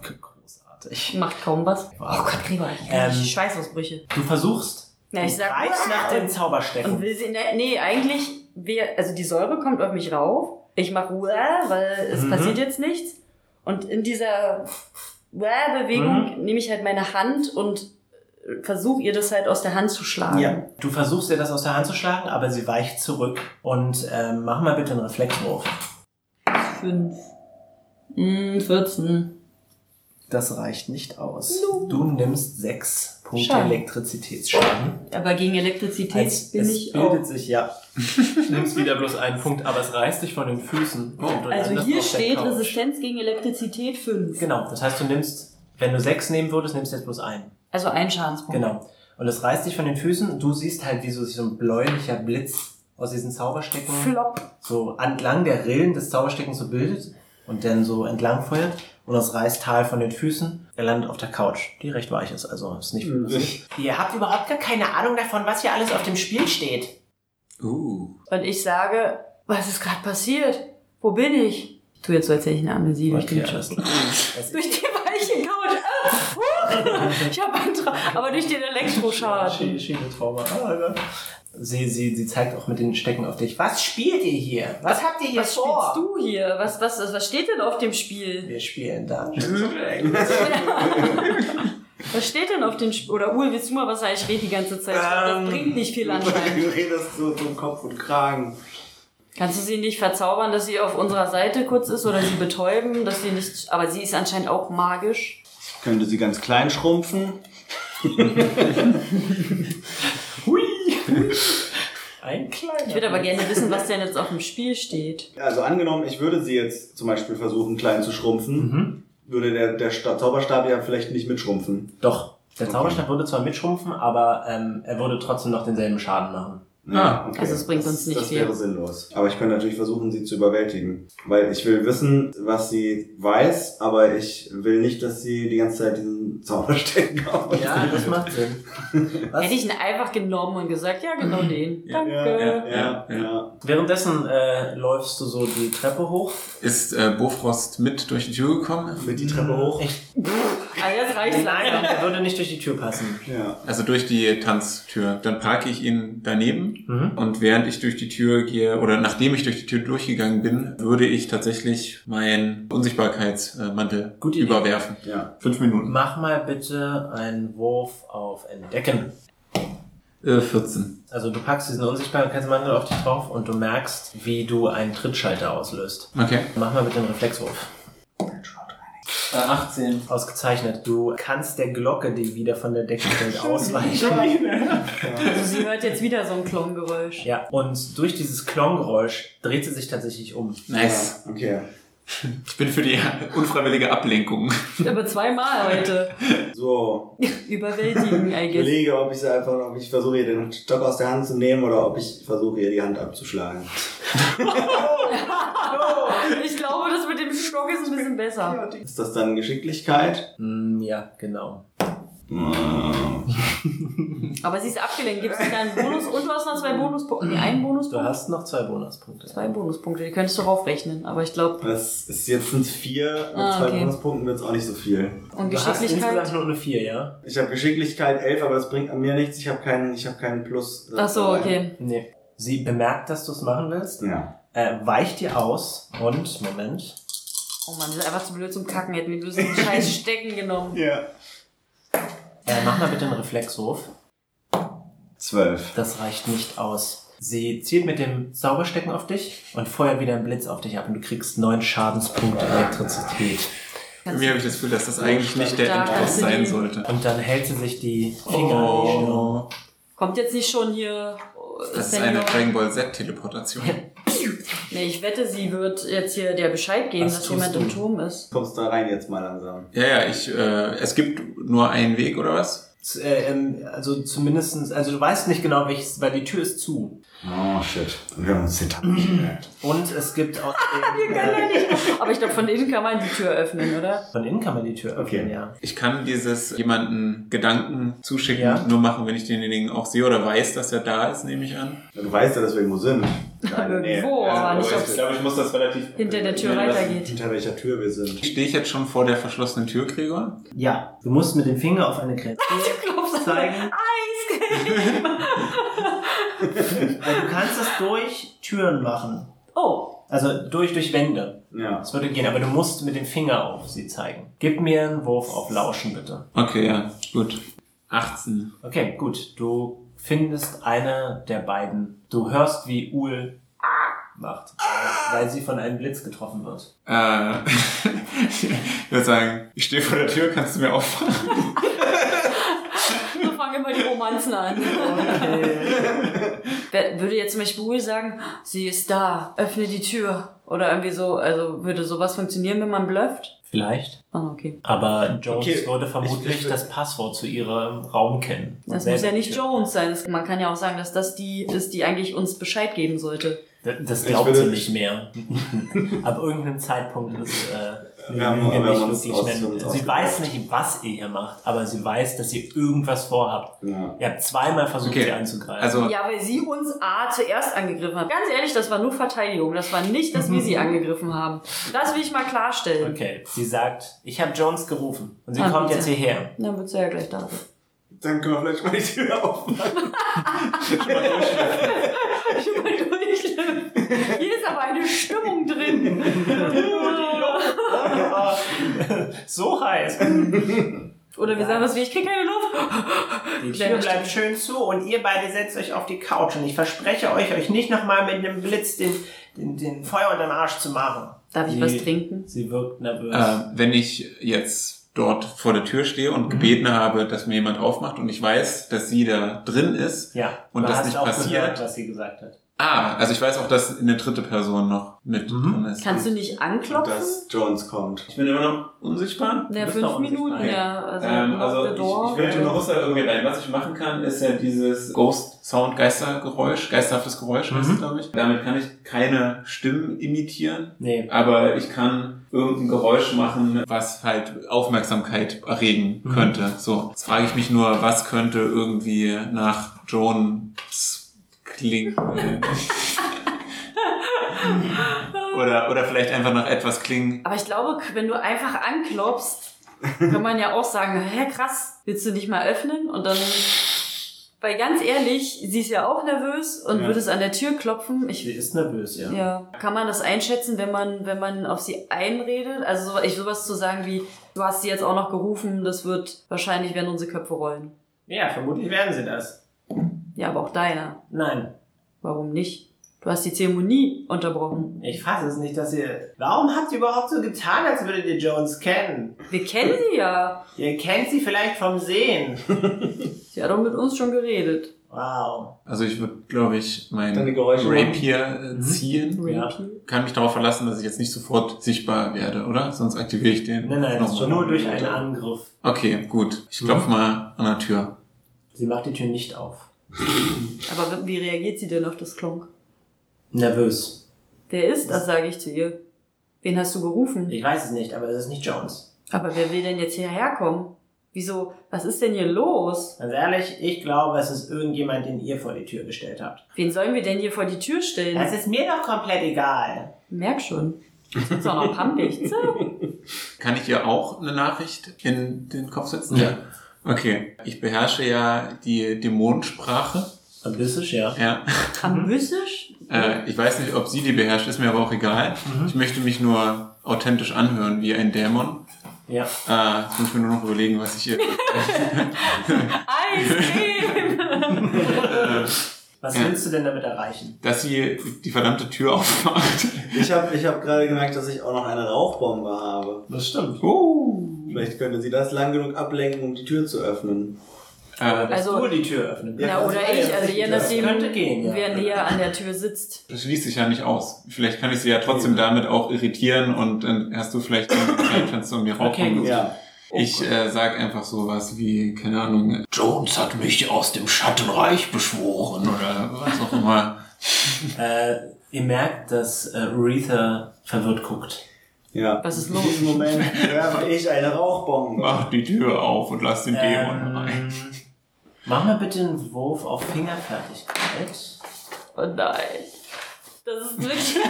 Speaker 2: Großartig.
Speaker 1: Macht kaum was.
Speaker 2: Wow.
Speaker 1: Oh Gott, Gräber, ich
Speaker 2: Ähm.
Speaker 1: ähm, Schweißausbrüche.
Speaker 2: Du versuchst.
Speaker 1: Ja, ich
Speaker 2: du
Speaker 1: sag- ah,
Speaker 2: greifst nach den
Speaker 1: Und
Speaker 2: Zauberstecken.
Speaker 1: will sie, ne, nee, eigentlich, wir, also die Säure kommt auf mich rauf. Ich mache Uah, weil es
Speaker 2: Mhm.
Speaker 1: passiert jetzt nichts. Und in dieser Uah-Bewegung
Speaker 2: Mhm.
Speaker 1: nehme ich halt meine Hand und versuche ihr das halt aus der Hand zu schlagen.
Speaker 2: Ja, du versuchst ihr das aus der Hand zu schlagen, aber sie weicht zurück. Und ähm, mach mal bitte einen Reflexwurf.
Speaker 1: 5. Mm, 14.
Speaker 2: Das reicht nicht aus.
Speaker 1: No.
Speaker 2: Du nimmst sechs Punkte
Speaker 1: Schade.
Speaker 2: Elektrizitätsschaden.
Speaker 1: Aber gegen Elektrizität
Speaker 2: Als-
Speaker 1: bin
Speaker 2: es
Speaker 1: ich
Speaker 2: bildet
Speaker 1: auch.
Speaker 2: sich, ja. Du nimmst wieder bloß einen Punkt, aber es reißt dich von den Füßen.
Speaker 5: Oh.
Speaker 2: Und du
Speaker 1: Also
Speaker 2: landest
Speaker 1: hier
Speaker 2: auf der
Speaker 1: steht
Speaker 2: Couch.
Speaker 1: Resistenz gegen Elektrizität 5.
Speaker 2: Genau, das heißt, du nimmst, wenn du sechs nehmen würdest, nimmst du jetzt bloß einen.
Speaker 1: Also ein Schadenspunkt.
Speaker 2: Genau. Und es reißt dich von den Füßen und du siehst halt, wie so, so ein bläulicher Blitz aus diesen Zauberstecken
Speaker 1: Flop.
Speaker 2: so entlang der Rillen des Zaubersteckens so bildet und dann so entlang feuert. Und das reißt Tal von den Füßen. Er landet auf der Couch, die recht weich ist, also ist nicht viel passiert. Ihr habt überhaupt gar keine Ahnung davon, was hier alles auf dem Spiel steht.
Speaker 5: Uh.
Speaker 1: Und ich sage, was ist gerade passiert? Wo bin ich? Ich tue jetzt so, als hätte ich eine Amnesie durch den Schuss.
Speaker 2: Es
Speaker 1: Durch die weiche Couch. Ah, huch. ich habe einen Traum. Aber durch den Elektroschaden.
Speaker 2: Schien- Schienentrauma. Ah, ja. Sie, sie, sie zeigt auch mit den Stecken auf dich. Was spielt ihr hier? Was habt ihr hier
Speaker 1: Was
Speaker 2: vor?
Speaker 1: spielst du hier? Was, was, was steht denn auf dem Spiel?
Speaker 2: Wir spielen Dungeons.
Speaker 1: Was steht denn auf dem Spiel? Oder Uwe, willst du mal was sagen? Ich rede die ganze Zeit.
Speaker 6: Ähm.
Speaker 1: das bringt nicht viel anscheinend.
Speaker 6: Du redest so zum Kopf und Kragen.
Speaker 1: Kannst du sie nicht verzaubern, dass sie auf unserer Seite kurz ist oder sie betäuben, dass sie nicht. Aber sie ist anscheinend auch magisch.
Speaker 6: Ich könnte sie ganz klein schrumpfen.
Speaker 2: Hui! Ein kleiner.
Speaker 1: Ich würde aber gerne wissen, was denn jetzt auf dem Spiel steht.
Speaker 6: Also angenommen, ich würde sie jetzt zum Beispiel versuchen, klein zu schrumpfen,
Speaker 2: Mhm.
Speaker 6: würde der, der Sta- Zauberstab ja vielleicht nicht mitschrumpfen.
Speaker 2: Doch, der Zauberstab würde zwar mitschrumpfen, aber ähm, er würde trotzdem noch denselben Schaden machen.
Speaker 5: Ah,
Speaker 6: okay.
Speaker 1: also es bringt
Speaker 6: das,
Speaker 1: uns nicht
Speaker 6: das
Speaker 1: viel.
Speaker 6: wäre sinnlos. Aber ich könnte natürlich versuchen, sie zu überwältigen. Weil ich will wissen, was sie weiß, aber ich will nicht, dass sie die ganze Zeit diesen Zauberstecken auf
Speaker 2: Ja, das macht Sinn. Was? Mhm.
Speaker 1: Hätte ich ihn einfach genommen und gesagt, ja, genau den.
Speaker 5: Ja,
Speaker 1: Danke.
Speaker 6: Ja, ja,
Speaker 5: Ja,
Speaker 6: ja.
Speaker 2: Währenddessen äh, läufst du so die Treppe hoch.
Speaker 5: Ist äh, Bofrost mit durch die Tür gekommen?
Speaker 6: Mit die Treppe hoch.
Speaker 2: Ich,
Speaker 1: Ah, jetzt reicht's
Speaker 2: nein,
Speaker 1: langsam.
Speaker 2: er würde nicht durch die Tür passen.
Speaker 6: Ja.
Speaker 5: Also durch die Tanztür. Dann parke ich ihn daneben.
Speaker 2: Mhm.
Speaker 5: Und während ich durch die Tür gehe, oder nachdem ich durch die Tür durchgegangen bin, würde ich tatsächlich meinen Unsichtbarkeitsmantel
Speaker 2: Gute Idee.
Speaker 5: überwerfen.
Speaker 6: Ja.
Speaker 5: Fünf Minuten.
Speaker 2: Mach mal bitte einen Wurf auf Entdecken.
Speaker 5: Äh, 14.
Speaker 2: Also du packst diesen Unsichtbarkeitsmantel auf dich drauf und du merkst, wie du einen Trittschalter auslöst.
Speaker 5: Okay.
Speaker 2: Mach mal bitte einen Reflexwurf.
Speaker 5: Äh, 18.
Speaker 2: Ausgezeichnet. Du kannst der Glocke, die wieder von der Decke fällt, ausweichen.
Speaker 1: Also sie hört jetzt wieder so ein Klongeräusch.
Speaker 2: Ja, und durch dieses Klonggeräusch dreht sie sich tatsächlich um.
Speaker 5: Nice.
Speaker 6: Ja, Okay.
Speaker 5: Ich bin für die unfreiwillige Ablenkung.
Speaker 1: Aber zweimal heute.
Speaker 6: So,
Speaker 1: Überwältigen, I
Speaker 6: ich
Speaker 1: guess.
Speaker 6: überlege, ob ich sie einfach, ob ich versuche, ihr den Stock aus der Hand zu nehmen oder ob ich versuche, ihr die Hand abzuschlagen.
Speaker 1: Ich glaube, das mit dem Stock ist ein bisschen besser.
Speaker 6: Ist das dann Geschicklichkeit?
Speaker 2: Hm, ja, genau.
Speaker 1: Aber sie ist abgelenkt. Gibt es nicht einen Bonus? Und du hast noch zwei Bonuspunkte. Nee, einen
Speaker 2: Du
Speaker 1: Bonuspunkt.
Speaker 2: hast noch zwei Bonuspunkte.
Speaker 1: Zwei Bonuspunkte, die könntest du raufrechnen. Aber ich glaube,
Speaker 6: Das ist jetzt sind vier, mit
Speaker 1: Ah,
Speaker 6: zwei
Speaker 1: okay.
Speaker 6: Bonuspunkten wird es auch nicht so viel.
Speaker 1: und
Speaker 2: Du hast insgesamt
Speaker 1: Geschicklichkeit.
Speaker 2: nur eine vier, ja?
Speaker 6: Ich habe Geschicklichkeit 11, aber das bringt an mir nichts. Ich habe keinen, ich habe keinen Plus.
Speaker 1: Ach so, okay.
Speaker 2: Nee. Sie bemerkt, dass du es machen willst,
Speaker 6: Ja.
Speaker 2: äh, weicht dir aus und, Moment,
Speaker 1: Oh Mann, das ist einfach zu blöd zum Kacken. Hätten wir diesen scheiß Stecken genommen.
Speaker 6: Ja.
Speaker 2: äh, mach mal bitte einen Reflexwurf.
Speaker 6: Zwölf.
Speaker 2: Das reicht nicht aus. Sie zielt mit dem Zauberstecken auf dich und feuert wieder einen Blitz auf dich ab und du kriegst neun Schadenspunkte Elektrizität.
Speaker 5: Bei mir habe ich das Gefühl, dass das eigentlich nicht der
Speaker 1: Da
Speaker 5: Endboss
Speaker 1: kannst du
Speaker 5: sein
Speaker 1: die-
Speaker 5: sollte.
Speaker 2: Und dann hält sie sich die Finger an die Stirn.
Speaker 5: Oh.
Speaker 1: Kommt jetzt nicht schon hier. oh,
Speaker 5: Das ist
Speaker 1: Senior?
Speaker 5: eine Dragon Ball Z-Teleportation.
Speaker 1: Nee, ich wette, sie wird jetzt hier der Bescheid geben,
Speaker 2: Was
Speaker 1: dass
Speaker 2: tust
Speaker 1: jemand
Speaker 2: du?
Speaker 1: im Turm ist.
Speaker 6: Kommst da rein jetzt mal langsam.
Speaker 5: Ja, ja, ich, äh, es gibt nur einen Weg, oder was?
Speaker 2: Z- äh, ähm, also zumindestens, also du weißt nicht genau welches, weil die Tür ist zu.
Speaker 6: Oh shit. Wir haben uns den Tag nicht gemerkt.
Speaker 2: Und es gibt aus
Speaker 1: Wir
Speaker 2: dem,
Speaker 1: können ja
Speaker 2: äh,
Speaker 1: nicht. Aber ich glaube, von innen kann man die Tür öffnen, oder?
Speaker 2: von innen kann man die Tür öffnen,
Speaker 6: Okay.
Speaker 2: ja.
Speaker 5: Ich kann dieses jemanden Gedanken zuschicken,
Speaker 2: Ja.
Speaker 5: nur machen, wenn ich denjenigen auch sehe oder weiß, dass er da ist, nehme ich an.
Speaker 6: Du weißt ja, dass wir irgendwo sind. Nein,
Speaker 1: Irgendwo, aber nicht
Speaker 5: Also, aber
Speaker 1: aufs-
Speaker 5: ich glaube, ich muss das relativ...
Speaker 1: Hinter der Tür
Speaker 5: Ja, das-
Speaker 1: weitergeht.
Speaker 6: Hinter welcher Tür wir sind.
Speaker 5: Stehe ich jetzt schon vor der verschlossenen Tür, Gregor?
Speaker 2: Ja, du musst mit dem Finger auf eine Grenze zeigen. Weil du kannst es durch Türen machen.
Speaker 1: Oh,
Speaker 2: Also durch, durch Wände.
Speaker 6: Ja.
Speaker 2: Das würde gehen, aber du musst mit dem Finger auf sie zeigen. Gib mir einen Wurf auf Lauschen, bitte.
Speaker 5: Okay, ja, gut. 18.
Speaker 2: Okay, gut. Du findest eine der beiden. Du hörst, wie Uhl macht, weil sie von einem Blitz getroffen wird.
Speaker 5: Äh, ich würde sagen, ich stehe vor der Tür, kannst du mir aufmachen?
Speaker 1: wir fangen immer die Romanzen an. Wer würde jetzt zum Beispiel Uwe sagen, sie ist da, öffne die Tür. Oder irgendwie so, also würde sowas funktionieren, wenn man blufft?
Speaker 2: Vielleicht.
Speaker 1: Ah, okay.
Speaker 2: Aber Jones
Speaker 6: Okay,
Speaker 2: würde vermutlich
Speaker 6: ich- ich-
Speaker 2: das Passwort zu ihrem Raum kennen.
Speaker 1: Das
Speaker 2: Selbe
Speaker 1: muss ja nicht
Speaker 2: Tür.
Speaker 1: Jones sein. Das, man kann ja auch sagen, dass das die ist, die eigentlich uns Bescheid geben sollte.
Speaker 2: D- Das
Speaker 6: Ich
Speaker 2: glaubt
Speaker 6: würde-
Speaker 2: sie nicht mehr. Ab irgendeinem Zeitpunkt ist äh,
Speaker 6: Wir haben-
Speaker 2: Lüge
Speaker 6: wir haben uns
Speaker 2: nicht wirklich
Speaker 6: aus-
Speaker 2: mehr.
Speaker 6: uns
Speaker 2: Sie
Speaker 6: ausgedacht.
Speaker 2: weiß nicht, was ihr hier macht, aber sie weiß, dass ihr irgendwas vorhabt.
Speaker 6: ja.
Speaker 2: Ihr habt zweimal versucht,
Speaker 5: Okay,
Speaker 2: sie anzugreifen.
Speaker 5: Also,
Speaker 1: Ja, weil sie uns A zuerst angegriffen hat. Ganz ehrlich, das war nur Verteidigung. Das war nicht, dass wir sie angegriffen haben. Das will ich mal klarstellen.
Speaker 2: Okay, sie sagt, ich habe Jones gerufen und sie
Speaker 1: Ah,
Speaker 2: kommt
Speaker 1: bitte.
Speaker 2: jetzt hierher.
Speaker 1: Dann wird sie ja gleich da sein.
Speaker 6: Dann können wir vielleicht mal die Tür aufmachen.
Speaker 1: Schon mal durchschlimm. Hier ist aber eine Stimmung drin.
Speaker 2: so heiß.
Speaker 1: Oder wir sagen was wie, ich krieg keine Luft.
Speaker 2: Die Tür
Speaker 1: Kleiner
Speaker 2: bleibt schön zu und ihr beide setzt euch auf die Couch und ich verspreche euch, euch nicht nochmal mit einem Blitz den, den, den Feuer unterm Arsch zu machen. Ähm,
Speaker 1: Darf ich
Speaker 2: Sie-
Speaker 1: was trinken?
Speaker 2: Sie wirkt nervös.
Speaker 5: äh, wenn ich jetzt dort vor der Tür stehe und gebeten habe, dass mir jemand aufmacht und ich weiß, dass sie da drin ist
Speaker 2: Ja,
Speaker 5: und
Speaker 2: man
Speaker 5: das
Speaker 2: hat
Speaker 5: nicht
Speaker 2: auch
Speaker 5: passiert.
Speaker 2: Gehört, was sie gesagt hat.
Speaker 5: ah, also ich weiß auch, dass eine dritte Person noch mit
Speaker 2: Mhm.
Speaker 5: drin ist.
Speaker 1: Kannst du nicht anklopfen?
Speaker 6: Dass Jones kommt.
Speaker 5: ich bin immer noch unsichtbar.
Speaker 1: Na,
Speaker 2: du bist doch
Speaker 1: fünf Minuten,
Speaker 2: unsichtbar.
Speaker 1: ja. Also,
Speaker 5: Ähm, also
Speaker 1: knock the door.
Speaker 5: ich, ich will nur muss da irgendwie rein. Was ich machen kann, ist ja dieses Ghost Sound Geistergeräusch, geisterhaftes Geräusch heißt
Speaker 2: Mhm.
Speaker 5: es, glaube ich. Damit kann ich keine Stimmen imitieren,
Speaker 2: Nee.
Speaker 5: aber ich kann irgendein Geräusch machen, was halt Aufmerksamkeit erregen
Speaker 2: Mhm.
Speaker 5: könnte. So, jetzt frage ich mich nur, was könnte irgendwie nach Jones klingen? oder, oder vielleicht einfach nach etwas klingen.
Speaker 1: Aber ich glaube, wenn du einfach anklopfst, kann man ja auch sagen, hä, krass, willst du nicht mal öffnen? Und dann, weil ganz ehrlich, sie ist ja auch nervös und
Speaker 6: Ja.
Speaker 1: würde es an der Tür klopfen.
Speaker 2: Sie
Speaker 1: Ich,
Speaker 2: ist nervös, ja.
Speaker 1: ja. Kann man das einschätzen, wenn man, wenn man auf sie einredet? Also so- ich sowas zu sagen wie, du hast sie jetzt auch noch gerufen, das wird wahrscheinlich werden unsere Köpfe rollen.
Speaker 2: Ja, vermutlich werden sie das.
Speaker 1: Ja, aber auch deiner.
Speaker 2: Nein,
Speaker 1: Warum nicht? Du hast die Zeremonie unterbrochen.
Speaker 2: ich fasse es nicht, dass ihr... Warum habt ihr überhaupt so getan, als würdet ihr Jones kennen?
Speaker 1: Wir kennen sie ja.
Speaker 2: Ihr kennt sie vielleicht vom Sehen.
Speaker 1: Sie hat doch mit uns schon geredet.
Speaker 2: Wow.
Speaker 5: Also ich würde, glaube ich, mein
Speaker 6: Dann die Geräusche
Speaker 5: Rapier
Speaker 2: Mhm.
Speaker 5: äh, ziehen.
Speaker 2: Ja.
Speaker 1: Rapey.
Speaker 5: Kann mich darauf verlassen, dass ich jetzt nicht sofort sichtbar werde, oder? Sonst aktiviere ich den.
Speaker 2: Nein, nein,
Speaker 5: nochmal.
Speaker 2: nur durch Mhm. einen Angriff.
Speaker 5: Okay, gut. Ich klopfe mal an der Tür.
Speaker 2: Sie macht die Tür nicht auf.
Speaker 1: Aber wie reagiert sie denn auf das Klonk?
Speaker 2: Nervös.
Speaker 1: Wer ist das, sage ich zu ihr. Wen hast du gerufen?
Speaker 2: Ich weiß es nicht, aber es ist nicht Jones.
Speaker 1: Aber wer will denn jetzt hierher kommen? Wieso? Was ist denn hier los?
Speaker 2: Ganz ehrlich, ich glaube, es ist irgendjemand, den ihr vor die Tür gestellt habt.
Speaker 1: Wen sollen wir denn hier vor die Tür stellen?
Speaker 2: Das ist mir doch komplett egal.
Speaker 1: Merk schon. Das ist auch noch pampig. So.
Speaker 5: Kann ich ihr auch eine Nachricht in den Kopf setzen?
Speaker 2: Ja.
Speaker 5: Okay. Ich beherrsche ja die Dämonensprache.
Speaker 2: Abyssisch, ja.
Speaker 5: Ja.
Speaker 1: Ambüssisch?
Speaker 5: Äh, ich weiß nicht, ob sie die beherrscht, ist mir aber auch egal. Ich möchte mich nur authentisch anhören wie ein Dämon.
Speaker 2: Ja.
Speaker 5: Äh, jetzt muss ich mir nur noch überlegen, was ich hier.
Speaker 1: Eiscreme!
Speaker 2: Was
Speaker 5: Ja.
Speaker 2: willst du denn damit erreichen?
Speaker 5: dass sie die verdammte Tür aufmacht.
Speaker 6: Ich habe ich hab gerade gemerkt, dass ich auch noch eine Rauchbombe habe.
Speaker 2: Das stimmt.
Speaker 5: Uh.
Speaker 6: Vielleicht könnte sie das lang genug ablenken, um die Tür zu öffnen.
Speaker 5: Äh,
Speaker 1: Also-
Speaker 2: du die Tür öffnen.
Speaker 6: Ja,
Speaker 1: Na,
Speaker 6: das
Speaker 1: oder
Speaker 6: war ja
Speaker 1: ich, also
Speaker 6: richtig,
Speaker 1: je
Speaker 6: das
Speaker 1: nachdem,
Speaker 2: könnte gehen, ja.
Speaker 1: wer näher an der Tür sitzt.
Speaker 5: das schließt sich ja nicht aus. Vielleicht kann ich sie ja trotzdem damit auch irritieren und dann hast du vielleicht ein Zeitfenster, um mir
Speaker 2: Okay,
Speaker 5: raufkommen.
Speaker 2: gut.
Speaker 6: Ja.
Speaker 5: Ich äh, sag einfach sowas wie, keine Ahnung, Jones hat mich aus dem Schattenreich beschworen oder was auch immer.
Speaker 2: Äh, ihr merkt, dass äh, Aretha verwirrt guckt.
Speaker 6: Ja.
Speaker 1: Was ist
Speaker 6: In
Speaker 1: los?
Speaker 6: diesem Moment werfe ich eine Rauchbombe.
Speaker 5: Mach die Tür auf und lass den Dämon rein.
Speaker 2: Ähm, mach mal bitte einen Wurf auf Fingerfertigkeit.
Speaker 1: Oh nein. Das ist wirklich.
Speaker 5: Der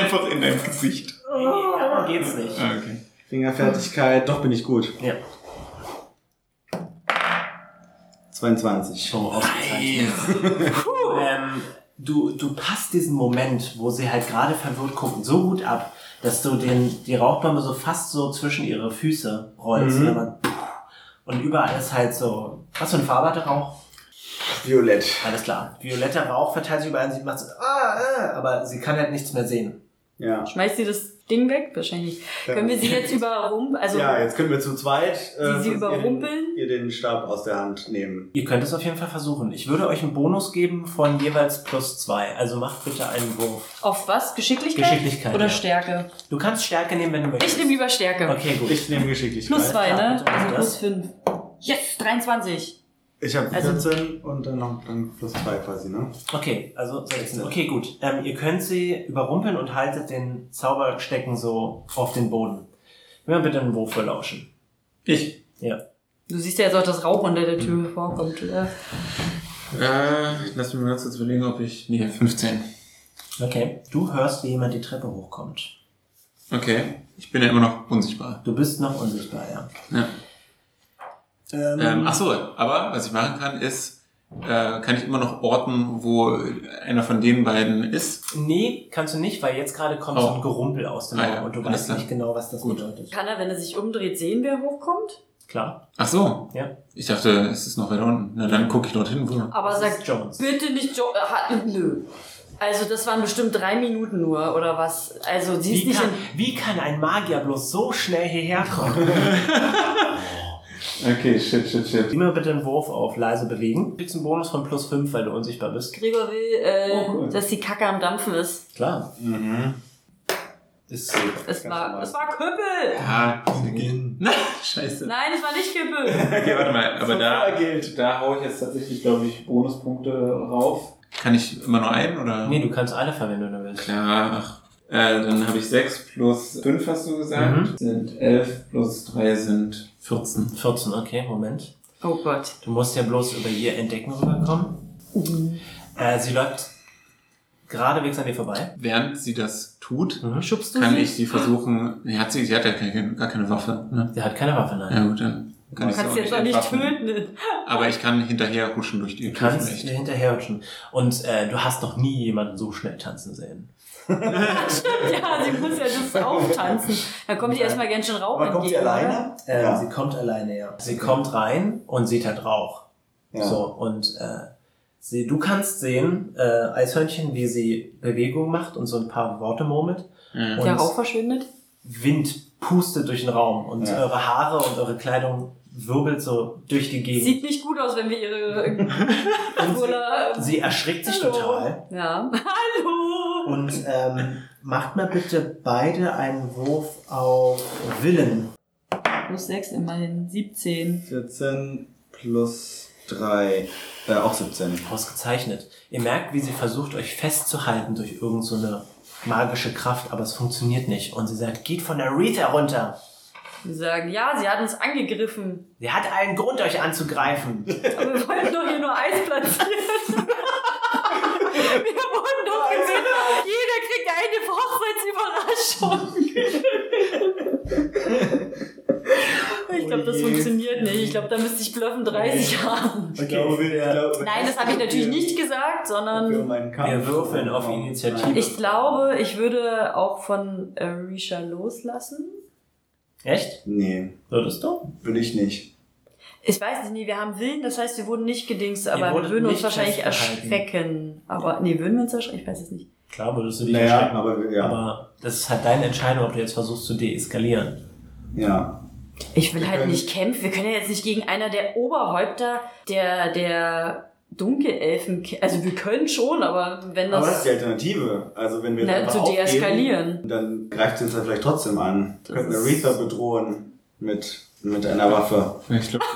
Speaker 5: einfach in dein Gesicht.
Speaker 2: Nee, darum geht's nicht.
Speaker 5: Ah, Okay.
Speaker 6: Fingerfertigkeit, doch bin ich gut.
Speaker 2: Ja.
Speaker 6: 22.
Speaker 2: Schon ausgezeichnet. Ähm, du, du passt diesen Moment, wo sie halt gerade verwirrt gucken, so gut ab, dass du den, die Rauchbombe so fast so zwischen ihre Füße rollst.
Speaker 6: Mhm.
Speaker 2: Und, dann, und überall ist halt so, was für eine Farbe hat der Rauch?
Speaker 6: Violett.
Speaker 2: Alles klar. Violetter Rauch verteilt sich überall und sie macht so, ah, ah, aber sie kann halt nichts mehr sehen.
Speaker 6: Ja.
Speaker 1: Schmeißt sie das Ding weg? Wahrscheinlich.
Speaker 6: Ja.
Speaker 1: Können wir sie jetzt überrumpeln? Also,
Speaker 6: ja, jetzt können wir zu zweit
Speaker 1: Sie- sie
Speaker 6: ihr den-
Speaker 1: überrumpeln?
Speaker 6: ihr den Stab aus der Hand nehmen.
Speaker 2: Ihr könnt es auf jeden Fall versuchen. Ich würde euch einen Bonus geben von jeweils plus zwei. Also macht bitte einen Wurf.
Speaker 1: auf was? Geschicklichkeit?
Speaker 2: Geschicklichkeit,
Speaker 1: Oder
Speaker 2: ja.
Speaker 1: Stärke?
Speaker 2: Du kannst Stärke nehmen, wenn du möchtest.
Speaker 1: Ich nehme lieber Stärke.
Speaker 2: Okay, gut.
Speaker 6: Ich nehme Geschicklichkeit.
Speaker 1: Plus zwei,
Speaker 2: Ja,
Speaker 1: ne?
Speaker 2: bitte mach
Speaker 1: Also
Speaker 2: das.
Speaker 1: plus fünf. Yes, 23.
Speaker 6: Ich habe
Speaker 1: Also-
Speaker 6: 14 und dann noch dann plus zwei quasi, ne?
Speaker 2: Okay, also 16. Okay, gut. Ähm, ihr könnt sie überrumpeln und haltet den Zauberstecken so auf den Boden. Immer bitte einen Wurf verlauschen.
Speaker 5: Ich.
Speaker 2: Ja.
Speaker 1: Du siehst ja jetzt auch, dass Rauch unter der Tür vorkommt. Oder?
Speaker 5: Äh, lass mich mal ganz kurz überlegen, ob ich. Nee, 15.
Speaker 2: Okay. Du hörst, wie jemand die Treppe hochkommt.
Speaker 5: Okay. Ich bin ja immer noch unsichtbar.
Speaker 2: Du bist noch unsichtbar, ja.
Speaker 5: Ja. Ähm, Achso, aber was ich machen kann, ist, äh, kann ich immer noch orten, wo einer von den beiden ist.
Speaker 2: Nee, kannst du nicht, weil jetzt gerade kommt so ein
Speaker 5: Oh.
Speaker 2: Gerumpel aus dem
Speaker 5: Ah,
Speaker 2: Raum
Speaker 5: ja.
Speaker 2: und du
Speaker 5: Alles
Speaker 2: weißt
Speaker 5: klar.
Speaker 2: nicht genau, was das
Speaker 5: Gut.
Speaker 2: bedeutet.
Speaker 1: Kann er, wenn er sich umdreht, sehen, wer hochkommt?
Speaker 2: Klar.
Speaker 5: Ach so.
Speaker 2: Ja.
Speaker 5: Ich dachte, es ist noch weiter unten. Na, dann gucke ich dorthin, wo.
Speaker 1: Aber
Speaker 2: Das
Speaker 1: sagt
Speaker 2: ist Jones.
Speaker 1: bitte nicht jo ha, Nö. Also das waren bestimmt drei Minuten nur, oder was? Also sie ist
Speaker 2: Wie
Speaker 1: nicht
Speaker 2: kann,
Speaker 1: in...
Speaker 2: wie kann ein Magier bloß so schnell hierher kommen?
Speaker 5: Okay, shit, shit, shit.
Speaker 2: Immer bitte einen Wurf auf leise bewegen. Du kriegst einen Bonus von plus 5, weil du unsichtbar bist.
Speaker 1: Gregor will, äh,
Speaker 6: Oh, cool.
Speaker 1: dass die Kacke am Dampfen ist.
Speaker 2: Klar.
Speaker 6: Mhm.
Speaker 2: Ist
Speaker 1: Es war,
Speaker 6: normal.
Speaker 1: es war Küppel!
Speaker 5: Ja, Na, scheiße.
Speaker 1: Nein, es war nicht Küppel.
Speaker 5: Okay, warte mal, aber da,
Speaker 6: Super gilt.
Speaker 5: da hau ich jetzt tatsächlich, glaube ich, Bonuspunkte rauf. Kann ich immer nur einen oder?
Speaker 2: Nee, du kannst alle verwenden, wenn du willst.
Speaker 5: Klar, ach. Äh, dann habe ich 6 plus 5, hast du gesagt,
Speaker 2: Mhm.
Speaker 5: sind 11 plus 3 sind 14.
Speaker 2: 14, okay, Moment.
Speaker 1: Oh Gott.
Speaker 2: Du musst ja bloß über ihr entdecken rüberkommen. Äh, sie läuft geradewegs an dir vorbei.
Speaker 5: Während sie das tut,
Speaker 2: Mhm.
Speaker 1: Schubst du
Speaker 5: kann
Speaker 1: sie?
Speaker 5: ich sie versuchen. Nee, hat sie, sie hat ja keine, gar keine Waffe. Ne?
Speaker 2: Sie hat keine Waffe, nein.
Speaker 5: Ja gut, dann
Speaker 1: Du
Speaker 5: kann ich sie
Speaker 1: kannst
Speaker 5: auch
Speaker 1: sie jetzt auch nicht
Speaker 5: entwaffnen.
Speaker 1: töten.
Speaker 5: Aber ich kann hinterher huschen durch
Speaker 2: Du
Speaker 5: die Tür
Speaker 2: kannst
Speaker 5: vielleicht.
Speaker 2: dir hinterherrutschen. Und äh, du hast noch nie jemanden so schnell tanzen sehen.
Speaker 1: Stimmt, ja, sie muss ja das auftanzen. Dann kommt die erstmal ganz schön Rauch
Speaker 6: Aber kommt sie
Speaker 1: entgegen,
Speaker 6: alleine? Ähm,
Speaker 2: Äh,
Speaker 6: ja.
Speaker 2: Sie kommt alleine, ja. Sie kommt rein und sieht halt Rauch.
Speaker 6: ja.
Speaker 2: So, und äh, sie, du kannst sehen, äh, Eishörnchen, wie sie Bewegung macht und so ein paar Worte murmelt.
Speaker 5: Ja.
Speaker 1: oder? Der Rauch verschwindet.
Speaker 2: Wind pustet durch den Raum und
Speaker 6: Ja.
Speaker 2: eure Haare und eure Kleidung wirbelt so durch die Gegend.
Speaker 1: Sieht nicht gut aus, wenn wir ihre Cola... ähm,
Speaker 2: Sie erschrickt sich
Speaker 1: Hallo.
Speaker 2: total
Speaker 1: Ja. Hallo!
Speaker 2: und ähm, macht mal bitte beide einen Wurf auf Willen.
Speaker 1: Plus 6, immerhin 17.
Speaker 6: 14 plus 3, äh, auch 17.
Speaker 2: Ausgezeichnet. Ihr merkt, wie sie versucht, euch festzuhalten durch irgend so eine magische Kraft, aber es funktioniert nicht. Und sie sagt, geht von der Rita runter.
Speaker 1: Wir sagen, ja, sie hat uns angegriffen.
Speaker 2: Sie hat allen Grund, euch anzugreifen.
Speaker 1: Aber wir wollten doch hier nur Eis platzieren. wir wurden doch gesehen. Jeder kriegt eine Hochzeitsüberraschung. ich glaube, das
Speaker 6: Oh je.
Speaker 1: funktioniert nicht. Ich glaube, da müsste ich Bluffen 30 haben.
Speaker 6: Ich glaube, wir, ich glaube,
Speaker 1: Nein, das habe ich natürlich nicht gesagt,
Speaker 6: Wir,
Speaker 1: sondern
Speaker 6: meinen Kampf.
Speaker 2: Wir würfeln auf Initiative.
Speaker 1: ich glaube, ich würde auch von Arisha loslassen.
Speaker 2: Echt?
Speaker 6: Nee,
Speaker 2: Würdest du?
Speaker 6: würde ich nicht.
Speaker 1: Ich weiß nicht, nee, wir haben Willen, das heißt, wir wurden nicht gedingst, aber wir
Speaker 2: wurdet
Speaker 1: würden uns
Speaker 2: nicht
Speaker 1: wahrscheinlich
Speaker 2: festgehalten.
Speaker 1: erschrecken. Aber, nee, würden wir uns erschrecken? Ich weiß es nicht.
Speaker 2: Klar würdest du dich
Speaker 6: Naja,
Speaker 2: erschrecken.
Speaker 6: aber wir- ja.
Speaker 2: Aber das ist halt deine Entscheidung, ob du jetzt versuchst zu deeskalieren.
Speaker 6: ja.
Speaker 1: Ich will
Speaker 6: Wir
Speaker 1: halt
Speaker 6: können-
Speaker 1: nicht kämpfen. Wir können ja jetzt nicht gegen einer der Oberhäupter der, der Dunkelelfen, kä- also wir können schon, aber wenn
Speaker 6: Aber das
Speaker 1: das,
Speaker 6: ist die Alternative. Also, wenn wir jetzt
Speaker 1: na,
Speaker 6: einfach
Speaker 1: zu
Speaker 6: aufgeben,
Speaker 1: deeskalieren.
Speaker 6: dann greift sie uns ja vielleicht trotzdem an.
Speaker 1: Das
Speaker 6: Wir könnten
Speaker 1: ist-
Speaker 6: Aretha bedrohen mit, mit einer Waffe.
Speaker 5: Ich glaube,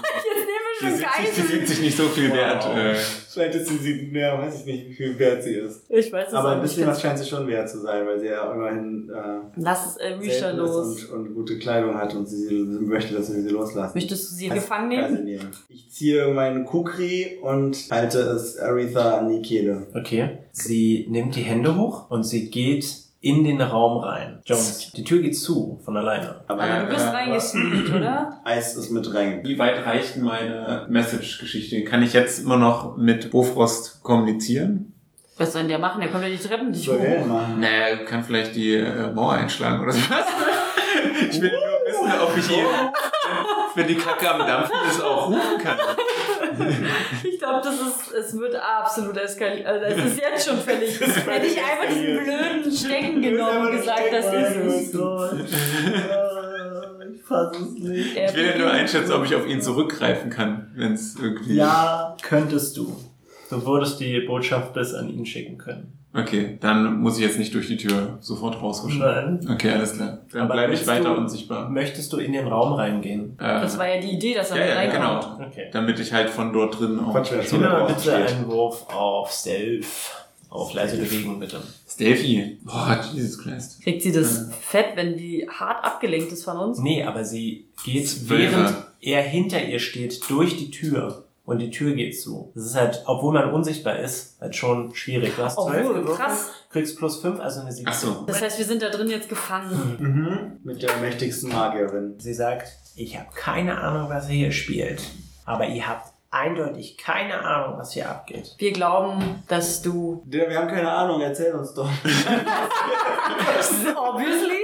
Speaker 1: Jetzt nehmen wir
Speaker 5: Die 70, die 70 nicht so viel wert. Äh,
Speaker 6: Vielleicht ist sie, sie ja, weiß ich nicht, wie viel wert sie ist.
Speaker 1: Ich weiß Also es
Speaker 6: Aber ein
Speaker 1: auch nicht.
Speaker 6: bisschen was scheint sie schon wert zu sein, weil sie ja immerhin äh,
Speaker 1: Lass es Alicia
Speaker 6: selten ist
Speaker 1: los.
Speaker 6: und, und gute Kleidung hat und sie, sie möchte, dass wir sie loslassen.
Speaker 1: Möchtest du sie
Speaker 6: Als
Speaker 1: gefangen nehmen?
Speaker 6: Geiselnehmer. Ich ziehe meinen Kukri und halte es Aretha an die Kehle.
Speaker 2: Okay. Sie nimmt die Hände hoch und sie geht in den Raum rein. Jones, die Tür geht zu von alleine.
Speaker 6: Aber
Speaker 1: Aber du bist reingesneakt, oder?
Speaker 6: Eis ist mit reingegangen.
Speaker 5: Wie weit reicht meine Message-Geschichte? Kann ich jetzt immer noch mit Bofrost kommunizieren?
Speaker 1: Was soll denn der machen? Der kommt ja die Treppen nicht
Speaker 6: Soll
Speaker 1: hoch.
Speaker 6: er machen?
Speaker 5: Naja, kann vielleicht die äh, Mauer einschlagen oder sowas. Ich will nur wissen, ob ich ihn, wenn die Kacke am Dampfen ist, auch rufen kann.
Speaker 1: Ich glaube, das ist, es wird absolut eskaliert. Also, es ist jetzt schon völlig. Hätte ich einfach diesen blöden Stecken genommen und gesagt, das ist es.
Speaker 6: Oh
Speaker 2: Ah, Ich fass es nicht.
Speaker 5: Ich will ja nur einschätzen, ob ich auf ihn zurückgreifen kann, wenn es irgendwie...
Speaker 2: Ja,
Speaker 6: Ah.
Speaker 2: könntest du. Du würdest die Botschaft bis an ihn schicken können.
Speaker 5: Okay, dann muss ich jetzt nicht durch die Tür sofort rausrutschen.
Speaker 2: Nein.
Speaker 5: Okay, alles klar. Dann
Speaker 2: Aber
Speaker 5: bleibe ich
Speaker 2: willst
Speaker 5: weiter
Speaker 2: du-
Speaker 5: unsichtbar.
Speaker 2: Möchtest du in den Raum reingehen?
Speaker 5: Äh,
Speaker 1: Das war ja die Idee, dass er
Speaker 5: ja,
Speaker 1: mit
Speaker 5: ja,
Speaker 1: reinkommt.
Speaker 5: genau.
Speaker 2: Okay.
Speaker 5: Damit ich halt von dort drin auch...
Speaker 6: Quatsch, wer
Speaker 2: Tu mir mal bitte
Speaker 6: steht.
Speaker 2: einen Wurf auf Stealth. Auf leise bewegen, bitte.
Speaker 5: Steffi. Boah, Jesus Christ.
Speaker 1: Kriegt sie das fett, wenn die hart abgelenkt ist von uns?
Speaker 2: Nee, aber sie geht,
Speaker 5: Zwölfe.
Speaker 2: während er hinter ihr steht, durch die Tür. Und die Tür geht zu. Das ist halt, obwohl man unsichtbar ist, halt schon schwierig. Du hast
Speaker 1: Obwohl,
Speaker 2: 12 gewürfelt,
Speaker 1: krass.
Speaker 2: kriegst plus 5, also eine 7.
Speaker 5: Ach so.
Speaker 1: Das heißt, wir sind da drin jetzt gefangen.
Speaker 6: Mhm. Mit der mächtigsten Magierin.
Speaker 2: Sie sagt, ich habe keine Ahnung, was ihr hier spielt. Aber ihr habt eindeutig keine Ahnung, was hier abgeht.
Speaker 1: Wir glauben, dass du.
Speaker 6: Der, wir haben keine Ahnung, erzähl uns doch.
Speaker 1: Obviously.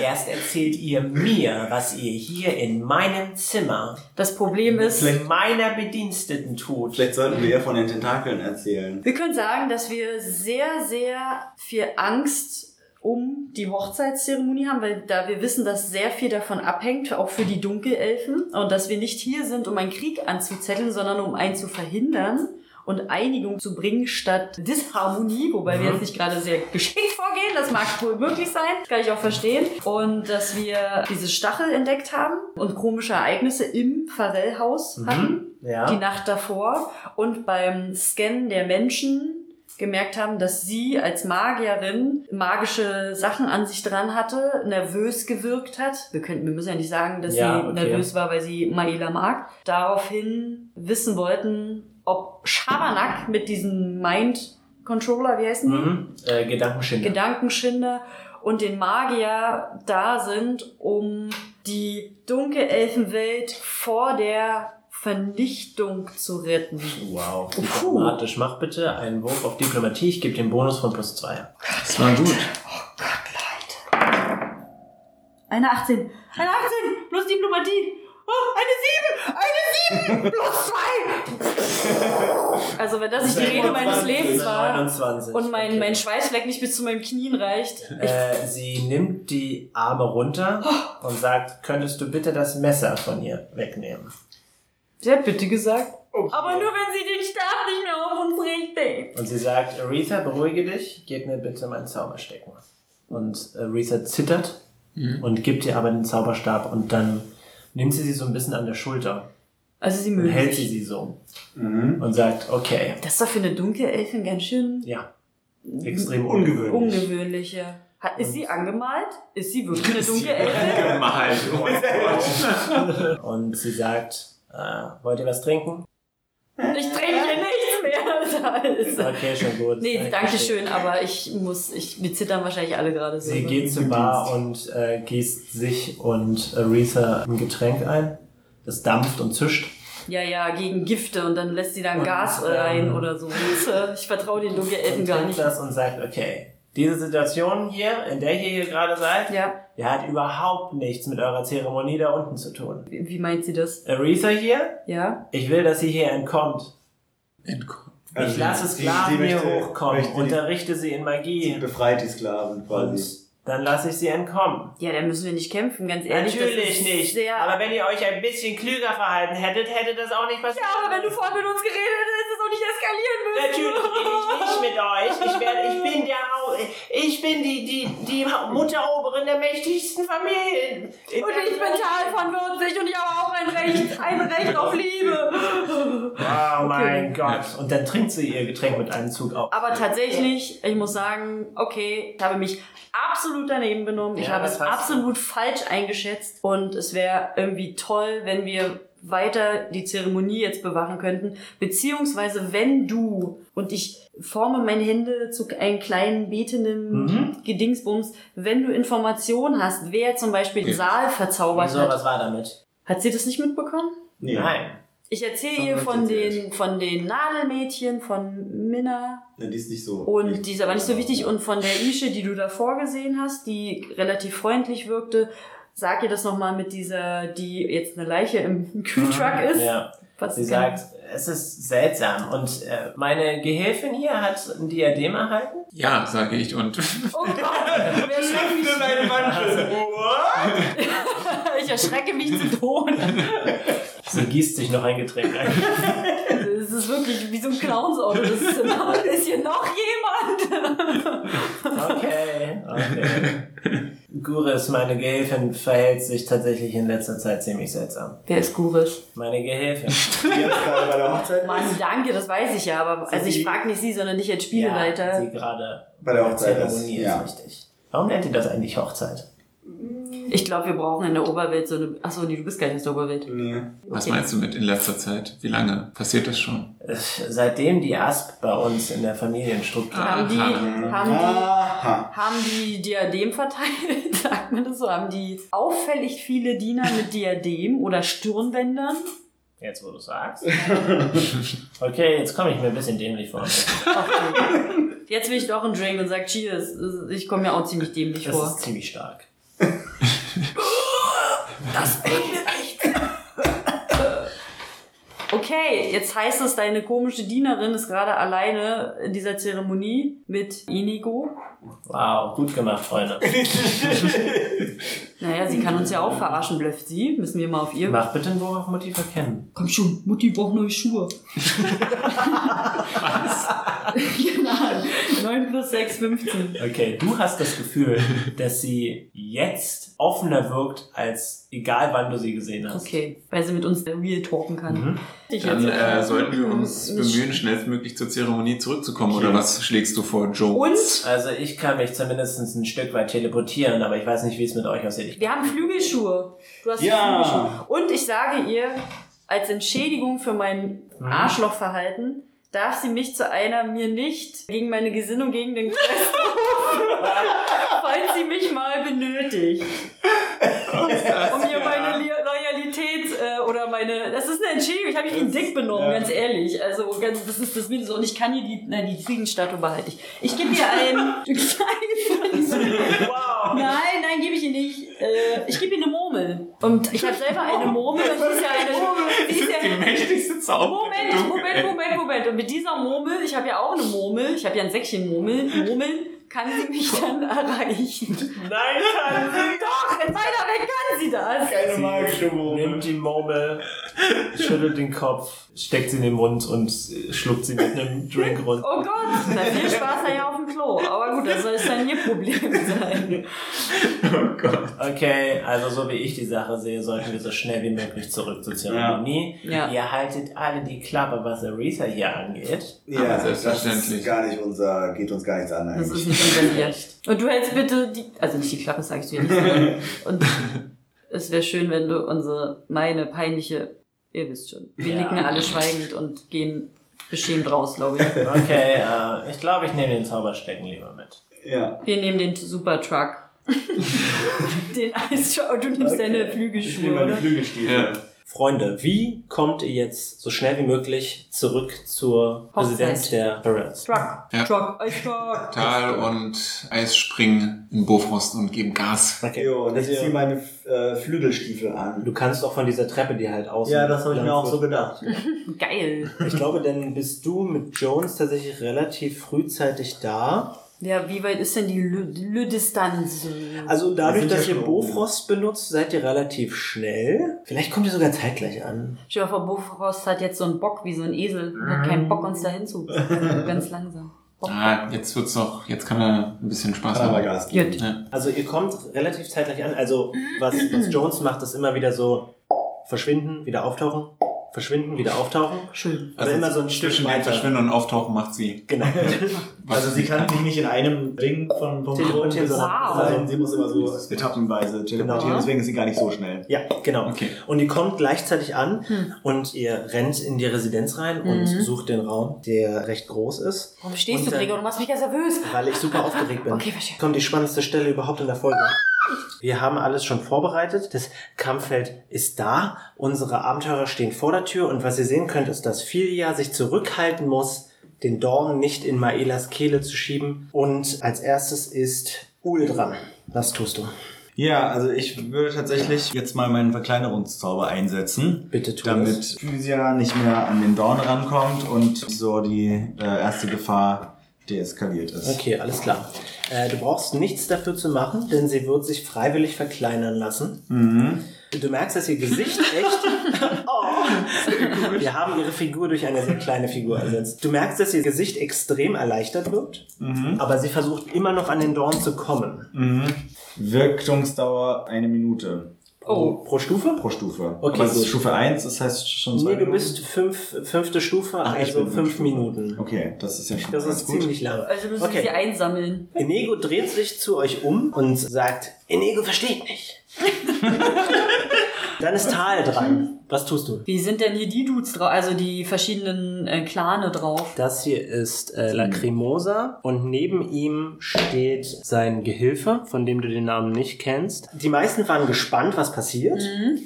Speaker 2: Erst erzählt ihr mir, was ihr hier in meinem Zimmer
Speaker 1: Das Problem ist,
Speaker 2: mit meiner Bediensteten tut.
Speaker 6: Vielleicht sollten wir ihr von den Tentakeln erzählen.
Speaker 1: wir können sagen, dass wir sehr, sehr viel Angst um die Hochzeitszeremonie haben, weil da wir wissen, dass sehr viel davon abhängt, auch für die Dunkelelfen, und dass wir nicht hier sind, um einen Krieg anzuzetteln, sondern um einen zu verhindern und Einigung zu bringen statt Disharmonie, wobei wir jetzt nicht gerade sehr geschickt vorgehen, das mag wohl möglich sein, das kann ich auch verstehen. Und dass wir diese Stachel entdeckt haben und komische Ereignisse im Farellhaus
Speaker 2: Mhm.
Speaker 1: hatten
Speaker 2: Ja.
Speaker 1: die Nacht davor und beim Scannen der Menschen gemerkt haben, dass sie als Magierin magische Sachen an sich dran hatte, nervös gewirkt hat. Wir, könnten, wir müssen ja nicht sagen, dass
Speaker 2: Ja,
Speaker 1: sie
Speaker 2: okay.
Speaker 1: nervös war, weil sie Malila mag. Daraufhin wissen wollten, ob Schabernack mit diesem Mind Controller, wie heißen die?
Speaker 2: Mhm. Äh, Gedankenschinder.
Speaker 1: Gedankenschinder und den Magier da sind, um die dunkle Elfenwelt vor der Vernichtung zu retten.
Speaker 2: Wow,
Speaker 1: Puh.
Speaker 2: diplomatisch. Mach bitte einen Wurf auf Diplomatie. Ich gebe den Bonus von plus zwei.
Speaker 5: Das war gut.
Speaker 1: Eine 18, eine 18, plus Diplomatie. Oh, eine 7, eine 7, plus 2. Also wenn das nicht die Rede meines Lebens war
Speaker 2: 29.
Speaker 1: und mein,
Speaker 2: okay.
Speaker 1: mein Schweißfleck nicht bis zu meinen Knien reicht.
Speaker 2: Äh, sie nimmt die Arme runter
Speaker 1: Oh.
Speaker 2: und sagt, könntest du bitte das Messer von ihr wegnehmen?
Speaker 1: Sie hat bitte gesagt. oh. Aber nur wenn sie den Stab nicht mehr auf uns richtet.
Speaker 2: Und sie sagt, Aretha, beruhige dich, gib mir bitte meinen Zauberstecken. Und Aretha zittert und gibt ihr aber den Zauberstab und dann nimmt sie sie so ein bisschen an der Schulter
Speaker 1: Also sie
Speaker 2: und
Speaker 1: mögen
Speaker 2: hält
Speaker 1: sich.
Speaker 2: sie sie so
Speaker 6: Mhm.
Speaker 2: und sagt, okay,
Speaker 1: Das ist doch für eine dunkle Elfin ganz schön
Speaker 2: ja, extrem
Speaker 6: Ungewöhnlich.
Speaker 1: ungewöhnlich. ja. Hat- Ist sie angemalt? Ist sie wirklich eine dunkle Elfin?
Speaker 5: Gemalt. Oh mein Gott.
Speaker 2: Und sie sagt, äh, wollt ihr was trinken?
Speaker 1: Ich trinke nichts mehr. Da ist-
Speaker 2: Okay, schon gut.
Speaker 1: Nee,
Speaker 2: Äh,
Speaker 1: danke
Speaker 2: geschickt.
Speaker 1: schön, aber ich muss, ich, wir zittern wahrscheinlich alle gerade so. ne?
Speaker 2: Sie geht zur Bar und äh, gießt sich und Aretha ein Getränk ein. Das dampft und zischt.
Speaker 1: Ja, ja, gegen Gifte und dann lässt sie dann Gas
Speaker 2: ähm,
Speaker 1: rein oder so. Ich vertraue den dunklen Elfen
Speaker 2: und
Speaker 1: Äh, gar
Speaker 2: trinkt
Speaker 1: nicht.
Speaker 2: Das und sagt, okay, diese Situation hier, in der ihr hier gerade seid,
Speaker 1: Ja,
Speaker 2: die hat überhaupt nichts mit eurer Zeremonie da unten zu tun.
Speaker 1: wie wie meint sie das?
Speaker 2: Aretha hier,
Speaker 1: Ja?
Speaker 2: ich will, dass sie hier entkommt.
Speaker 5: Entkommen.
Speaker 6: Also
Speaker 2: ich lasse Sklaven hier hochkommen, unterrichte sie in
Speaker 6: Sie
Speaker 2: Magie
Speaker 6: befreit die Sklaven quasi.
Speaker 2: und dann lasse ich sie entkommen.
Speaker 1: Ja, dann müssen wir nicht kämpfen, ganz ehrlich. das
Speaker 2: Natürlich
Speaker 1: ist
Speaker 2: nicht.
Speaker 1: Sehr
Speaker 2: Aber wenn ihr euch ein bisschen klüger verhalten hättet, hätte das auch nicht passiert.
Speaker 1: Ja, aber wenn du vorhin mit uns geredet hättest, ist es so nicht eskalieren müssen.
Speaker 2: Natürlich rede ich nicht mit euch. Ich, werde, ich bin, der, Hau- ich bin die, die, die Mutteroberin der mächtigsten Familien.
Speaker 1: Und ich bin Tal von Würzig und ich habe auch ein Recht, ein Recht auf Liebe.
Speaker 2: Oh mein Gott. Und dann trinkt sie ihr Getränk mit einem Zug auf.
Speaker 1: Aber tatsächlich, ich muss sagen, okay, ich habe mich absolut daneben benommen. Ich
Speaker 2: Ja,
Speaker 1: habe
Speaker 2: das
Speaker 1: es
Speaker 2: heißt-
Speaker 1: absolut falsch eingeschätzt. Und es wäre irgendwie toll, wenn wir weiter die Zeremonie jetzt bewachen könnten. Beziehungsweise, wenn du und ich forme meine Hände zu einem kleinen betenden
Speaker 2: Mhm.
Speaker 1: Gedingsbums, wenn du Informationen hast, wer zum Beispiel den
Speaker 5: Ja.
Speaker 1: Saal verzaubert
Speaker 2: Wieso,
Speaker 1: hat.
Speaker 2: was war damit?
Speaker 1: Hat sie das nicht mitbekommen?
Speaker 6: Nee.
Speaker 2: Nein.
Speaker 1: Ich erzähle
Speaker 6: Sondern
Speaker 1: ihr von
Speaker 6: sie
Speaker 1: den, von den Nadelmädchen, von Minna
Speaker 6: Nee, die ist nicht so.
Speaker 1: und die ist aber nicht so wichtig und von der Ische, die du davor gesehen hast, die relativ freundlich wirkte. Sag ihr das nochmal mit dieser, die jetzt eine Leiche im Kühltruck ist.
Speaker 2: Mhm. Ja.
Speaker 1: Was
Speaker 2: Sie sagt, es ist seltsam. Und äh, meine Gehilfin hier hat ein Diadem erhalten.
Speaker 5: Ja, sage ich und
Speaker 1: Oh Gott, wer schreckt mich? ich erschrecke mich zu Tode.
Speaker 2: Sie gießt sich noch ein Getränk ein.
Speaker 1: Es ist wirklich wie so ein Clownsauto. Das ist, immer, ist hier noch jemand?
Speaker 2: Okay, okay. Guris, meine Gehilfin, verhält sich tatsächlich in letzter Zeit ziemlich seltsam.
Speaker 1: Wer ist Guris?
Speaker 2: Meine Gehilfin.
Speaker 6: Die jetzt gerade bei der Hochzeit
Speaker 1: Mann, danke, das weiß ich ja, aber also ich
Speaker 6: Sie-
Speaker 1: frage nicht sie, sondern ich als Spieleleiter.
Speaker 2: Ja, sie gerade
Speaker 6: Bei der Hochzeit ist-
Speaker 2: Zeremonie ist,
Speaker 6: ja.
Speaker 2: richtig. Warum nennt ihr das eigentlich Hochzeit?
Speaker 1: Ich glaube, wir brauchen in der Oberwelt so eine. Achso, nee, du bist gar nicht aus der Oberwelt.
Speaker 6: Nee.
Speaker 5: was
Speaker 1: Okay.
Speaker 5: meinst du mit in letzter Zeit? Wie lange passiert das schon?
Speaker 2: Äh, Seitdem die Asp bei uns in der Familienstruktur.
Speaker 1: Haben die,
Speaker 5: Aha.
Speaker 1: haben die,
Speaker 6: Aha.
Speaker 1: haben die Diadem verteilt, sagt man das so? Haben die auffällig viele Diener mit Diadem oder Stirnbändern?
Speaker 2: Jetzt, wo du sagst. Okay, jetzt komme ich mir ein bisschen dämlich vor. Das
Speaker 1: Jetzt will ich doch einen Drink und sag Cheers. Ich komme mir auch ziemlich dämlich vor.
Speaker 2: ist ziemlich stark.
Speaker 1: Okay, jetzt heißt es, deine komische Dienerin ist gerade alleine in dieser Zeremonie mit Inigo.
Speaker 2: Wow, gut gemacht, Freunde.
Speaker 1: Naja, sie kann uns ja auch verarschen, blöfft sie. Müssen wir mal auf ihr.
Speaker 2: Mach bitte ein Wurf auf Motiv erkennen.
Speaker 1: Komm schon, Mutti braucht neue Schuhe. genau. 9 plus 6, 15.
Speaker 2: Okay, du hast das Gefühl, dass sie jetzt offener wirkt, als egal wann du sie gesehen hast.
Speaker 1: Okay, weil sie mit uns real talken kann.
Speaker 2: Mhm.
Speaker 1: Ich
Speaker 5: Dann
Speaker 1: jetzt-
Speaker 5: äh, sollten wir uns
Speaker 1: Nicht-
Speaker 5: bemühen, schnellstmöglich zur Zeremonie zurückzukommen. Oder was schlägst du vor, Joe?
Speaker 1: Und
Speaker 2: Also ich kann mich zumindest ein Stück weit teleportieren, aber ich weiß nicht, wie es mit euch aussieht. Ich
Speaker 1: wir haben Flügelschuhe. Du hast
Speaker 6: Ja.
Speaker 1: Flügelschuhe. Und ich sage ihr, als Entschädigung für mein
Speaker 2: Mhm.
Speaker 1: Arschlochverhalten darf sie mich zu einer mir nicht gegen meine Gesinnung gegen den Quest falls sie mich mal benötigt. um hier meine Li- Loyalität äh, oder meine. Das ist eine Entschädigung. Ich habe mich wie ein Dick benommen, ganz ehrlich. Also ganz, das ist das Mindeste. Und ich kann hier die, nein, die Friedensstatue behalte ich. Ich gebe ihr ein Stück Seife. Wow. Nein, nein, gebe ich ihr nicht. Äh, ich gebe ihr eine Murmel. Und ich habe selber eine Murmel. Und sie ist ja eine. Sie ist ja,
Speaker 5: Die mächtigste Zauber.
Speaker 1: Moment, Moment, Moment, Moment. Und mit dieser Murmel, ich habe ja auch eine Murmel, ich habe ja ein Säckchen Murmel, Murmeln, kann sie mich dann erreichen.
Speaker 2: Nein, kann
Speaker 1: Doch, in meiner Welt kann sie das.
Speaker 6: Keine magische
Speaker 2: Nimmt
Speaker 6: Moment.
Speaker 2: die Murmel, schüttelt den Kopf, steckt sie in den Mund und schluckt sie mit einem Drink runter.
Speaker 1: Oh Gott, na viel Spaß hat ja auf dem Klo. Aber gut, das soll es dann ihr Problem sein.
Speaker 2: Okay, also so wie ich die Sache sehe, sollten wir so schnell wie möglich zurück zur Zeremonie.
Speaker 1: Ja.
Speaker 2: Ihr haltet alle die Klappe, was Aretha hier angeht.
Speaker 5: Aber
Speaker 6: Ja, das
Speaker 5: Ah, selbstverständlich.
Speaker 6: ist gar nicht unser, geht uns gar nichts an
Speaker 1: Das ist
Speaker 6: eigentlich.
Speaker 1: nicht unser Bier. Und du hältst bitte die, also nicht die Klappe, sag ich dir nicht. sondern- Und es wäre schön, wenn du unsere, meine peinliche, ihr wisst schon. Wir
Speaker 2: Ja.
Speaker 1: nicken alle schweigend und gehen beschämt raus, glaube ich.
Speaker 2: Okay, äh, ich glaube, ich nehme den Zauberstecken lieber mit.
Speaker 6: Ja.
Speaker 1: Wir nehmen den Supertruck. den Eistruck. Und du nimmst deine
Speaker 6: Ich nehme
Speaker 1: Flügelschuhe,
Speaker 6: meine
Speaker 1: oder?
Speaker 5: Ja.
Speaker 6: Flügelstiefel.
Speaker 2: Freunde, wie kommt ihr jetzt so schnell wie möglich zurück zur
Speaker 1: Hochzeit.
Speaker 2: Residenz der Barretts?
Speaker 1: Truck,
Speaker 5: Ja.
Speaker 1: Truck, Eistruck.
Speaker 5: Tal und Eisspringen in Bofrost und geben Gas.
Speaker 2: Okay.
Speaker 6: Jo, und ich
Speaker 2: Also,
Speaker 6: ziehe meine äh, Flügelstiefel an.
Speaker 2: Du kannst auch von dieser Treppe, die halt außen.
Speaker 6: Ja, das habe ich mir auch so
Speaker 2: gedacht.
Speaker 6: gedacht.
Speaker 1: Geil.
Speaker 2: Ich glaube, dann bist du mit Jones tatsächlich relativ frühzeitig da.
Speaker 1: Ja, wie weit ist denn die Le, Le Distanz?
Speaker 2: Also dadurch,
Speaker 6: Wir sind ja
Speaker 2: dass ihr
Speaker 6: schon
Speaker 2: Bofrost benutzt, seid ihr relativ schnell. Vielleicht kommt ihr sogar zeitgleich an.
Speaker 1: Stell dir vor, Bofrost hat jetzt so einen Bock wie so ein Esel. Er hat keinen Bock, uns da hinzu. Also Ganz langsam. Bock.
Speaker 5: Ah, jetzt wird's noch, jetzt kann er ein bisschen Spaß
Speaker 6: Aber
Speaker 5: haben.
Speaker 6: Gas.
Speaker 1: Gut.
Speaker 5: Ja.
Speaker 2: Also ihr kommt relativ zeitgleich an. Also was, was Jones macht, ist immer wieder so verschwinden, wieder auftauchen, verschwinden, wieder auftauchen.
Speaker 1: Schön.
Speaker 2: Also immer so ein Stück
Speaker 5: zwischen dem
Speaker 2: weiter.
Speaker 5: Verschwinden und Auftauchen macht sie.
Speaker 2: Genau.
Speaker 5: Was
Speaker 3: Also sie kann sich nicht in einem Ring von Punkt
Speaker 2: Teleportieren,
Speaker 3: bis-
Speaker 1: sondern-
Speaker 2: also
Speaker 3: sondern sie muss immer so etappenweise teleportieren,
Speaker 2: Genau.
Speaker 3: deswegen ist sie gar nicht so schnell.
Speaker 2: ja, genau.
Speaker 5: Okay.
Speaker 2: Und ihr kommt gleichzeitig an
Speaker 1: Hm.
Speaker 2: und ihr rennt in die Residenz rein und
Speaker 1: Mhm.
Speaker 2: sucht den Raum, der recht groß ist,
Speaker 1: Warum stehst
Speaker 2: Und äh,
Speaker 1: du,
Speaker 2: dann-
Speaker 1: Gregor? Du machst mich ganz nervös.
Speaker 2: weil ich super aufgeregt bin.
Speaker 1: Okay, verstehe.
Speaker 2: kommt die spannendste Stelle überhaupt in der Folge. Wir haben alles schon vorbereitet. Das Kampffeld ist da. Unsere Abenteurer stehen vor der Tür. Und was ihr sehen könnt, ist, dass Filia sich zurückhalten muss, den Dorn nicht in Maelas Kehle zu schieben. Und als erstes ist Ul dran. Was tust du?
Speaker 3: Ja, also ich würde tatsächlich jetzt mal meinen Verkleinerungszauber einsetzen.
Speaker 2: Bitte tu
Speaker 3: damit
Speaker 2: es.
Speaker 3: Physia nicht mehr an den Dorn rankommt und so die äh, erste Gefahr deeskaliert ist.
Speaker 2: Okay, alles klar. Äh, du brauchst nichts dafür zu machen, denn sie wird sich freiwillig verkleinern lassen.
Speaker 3: Mhm.
Speaker 2: Du merkst, dass ihr Gesicht echt. oh. Wir haben ihre Figur durch eine sehr kleine Figur ersetzt. Du merkst, dass ihr Gesicht extrem erleichtert wird,
Speaker 3: Mhm.
Speaker 2: aber sie versucht immer noch an den Dorn zu kommen.
Speaker 3: Mhm. Wirkungsdauer eine Minute
Speaker 1: Oh.
Speaker 2: Pro Stufe?
Speaker 3: pro Stufe.
Speaker 2: Okay,
Speaker 3: Aber es ist
Speaker 2: gut.
Speaker 3: Stufe 1, das heißt schon zwei
Speaker 2: Nee, du
Speaker 3: Minuten.
Speaker 2: bist fünf, fünfte Stufe,
Speaker 3: Ach, ich
Speaker 2: also
Speaker 3: bin
Speaker 2: fünf
Speaker 3: Stufe.
Speaker 2: Minuten.
Speaker 3: Okay, das ist ja schon
Speaker 2: Das
Speaker 3: ganz
Speaker 2: ist
Speaker 3: gut.
Speaker 2: ziemlich lang.
Speaker 1: Also müssen wir
Speaker 2: Okay.
Speaker 1: sie einsammeln.
Speaker 2: Enego dreht sich zu euch um und sagt, Enego versteht nicht. Dann ist Tal dran. Was tust du?
Speaker 1: Wie sind denn hier die Dudes drauf? Also die verschiedenen äh, Clane drauf.
Speaker 2: Das hier ist äh, Lacrimosa und neben ihm steht sein Gehilfe, von dem du den Namen nicht kennst. Die meisten waren gespannt, was passiert.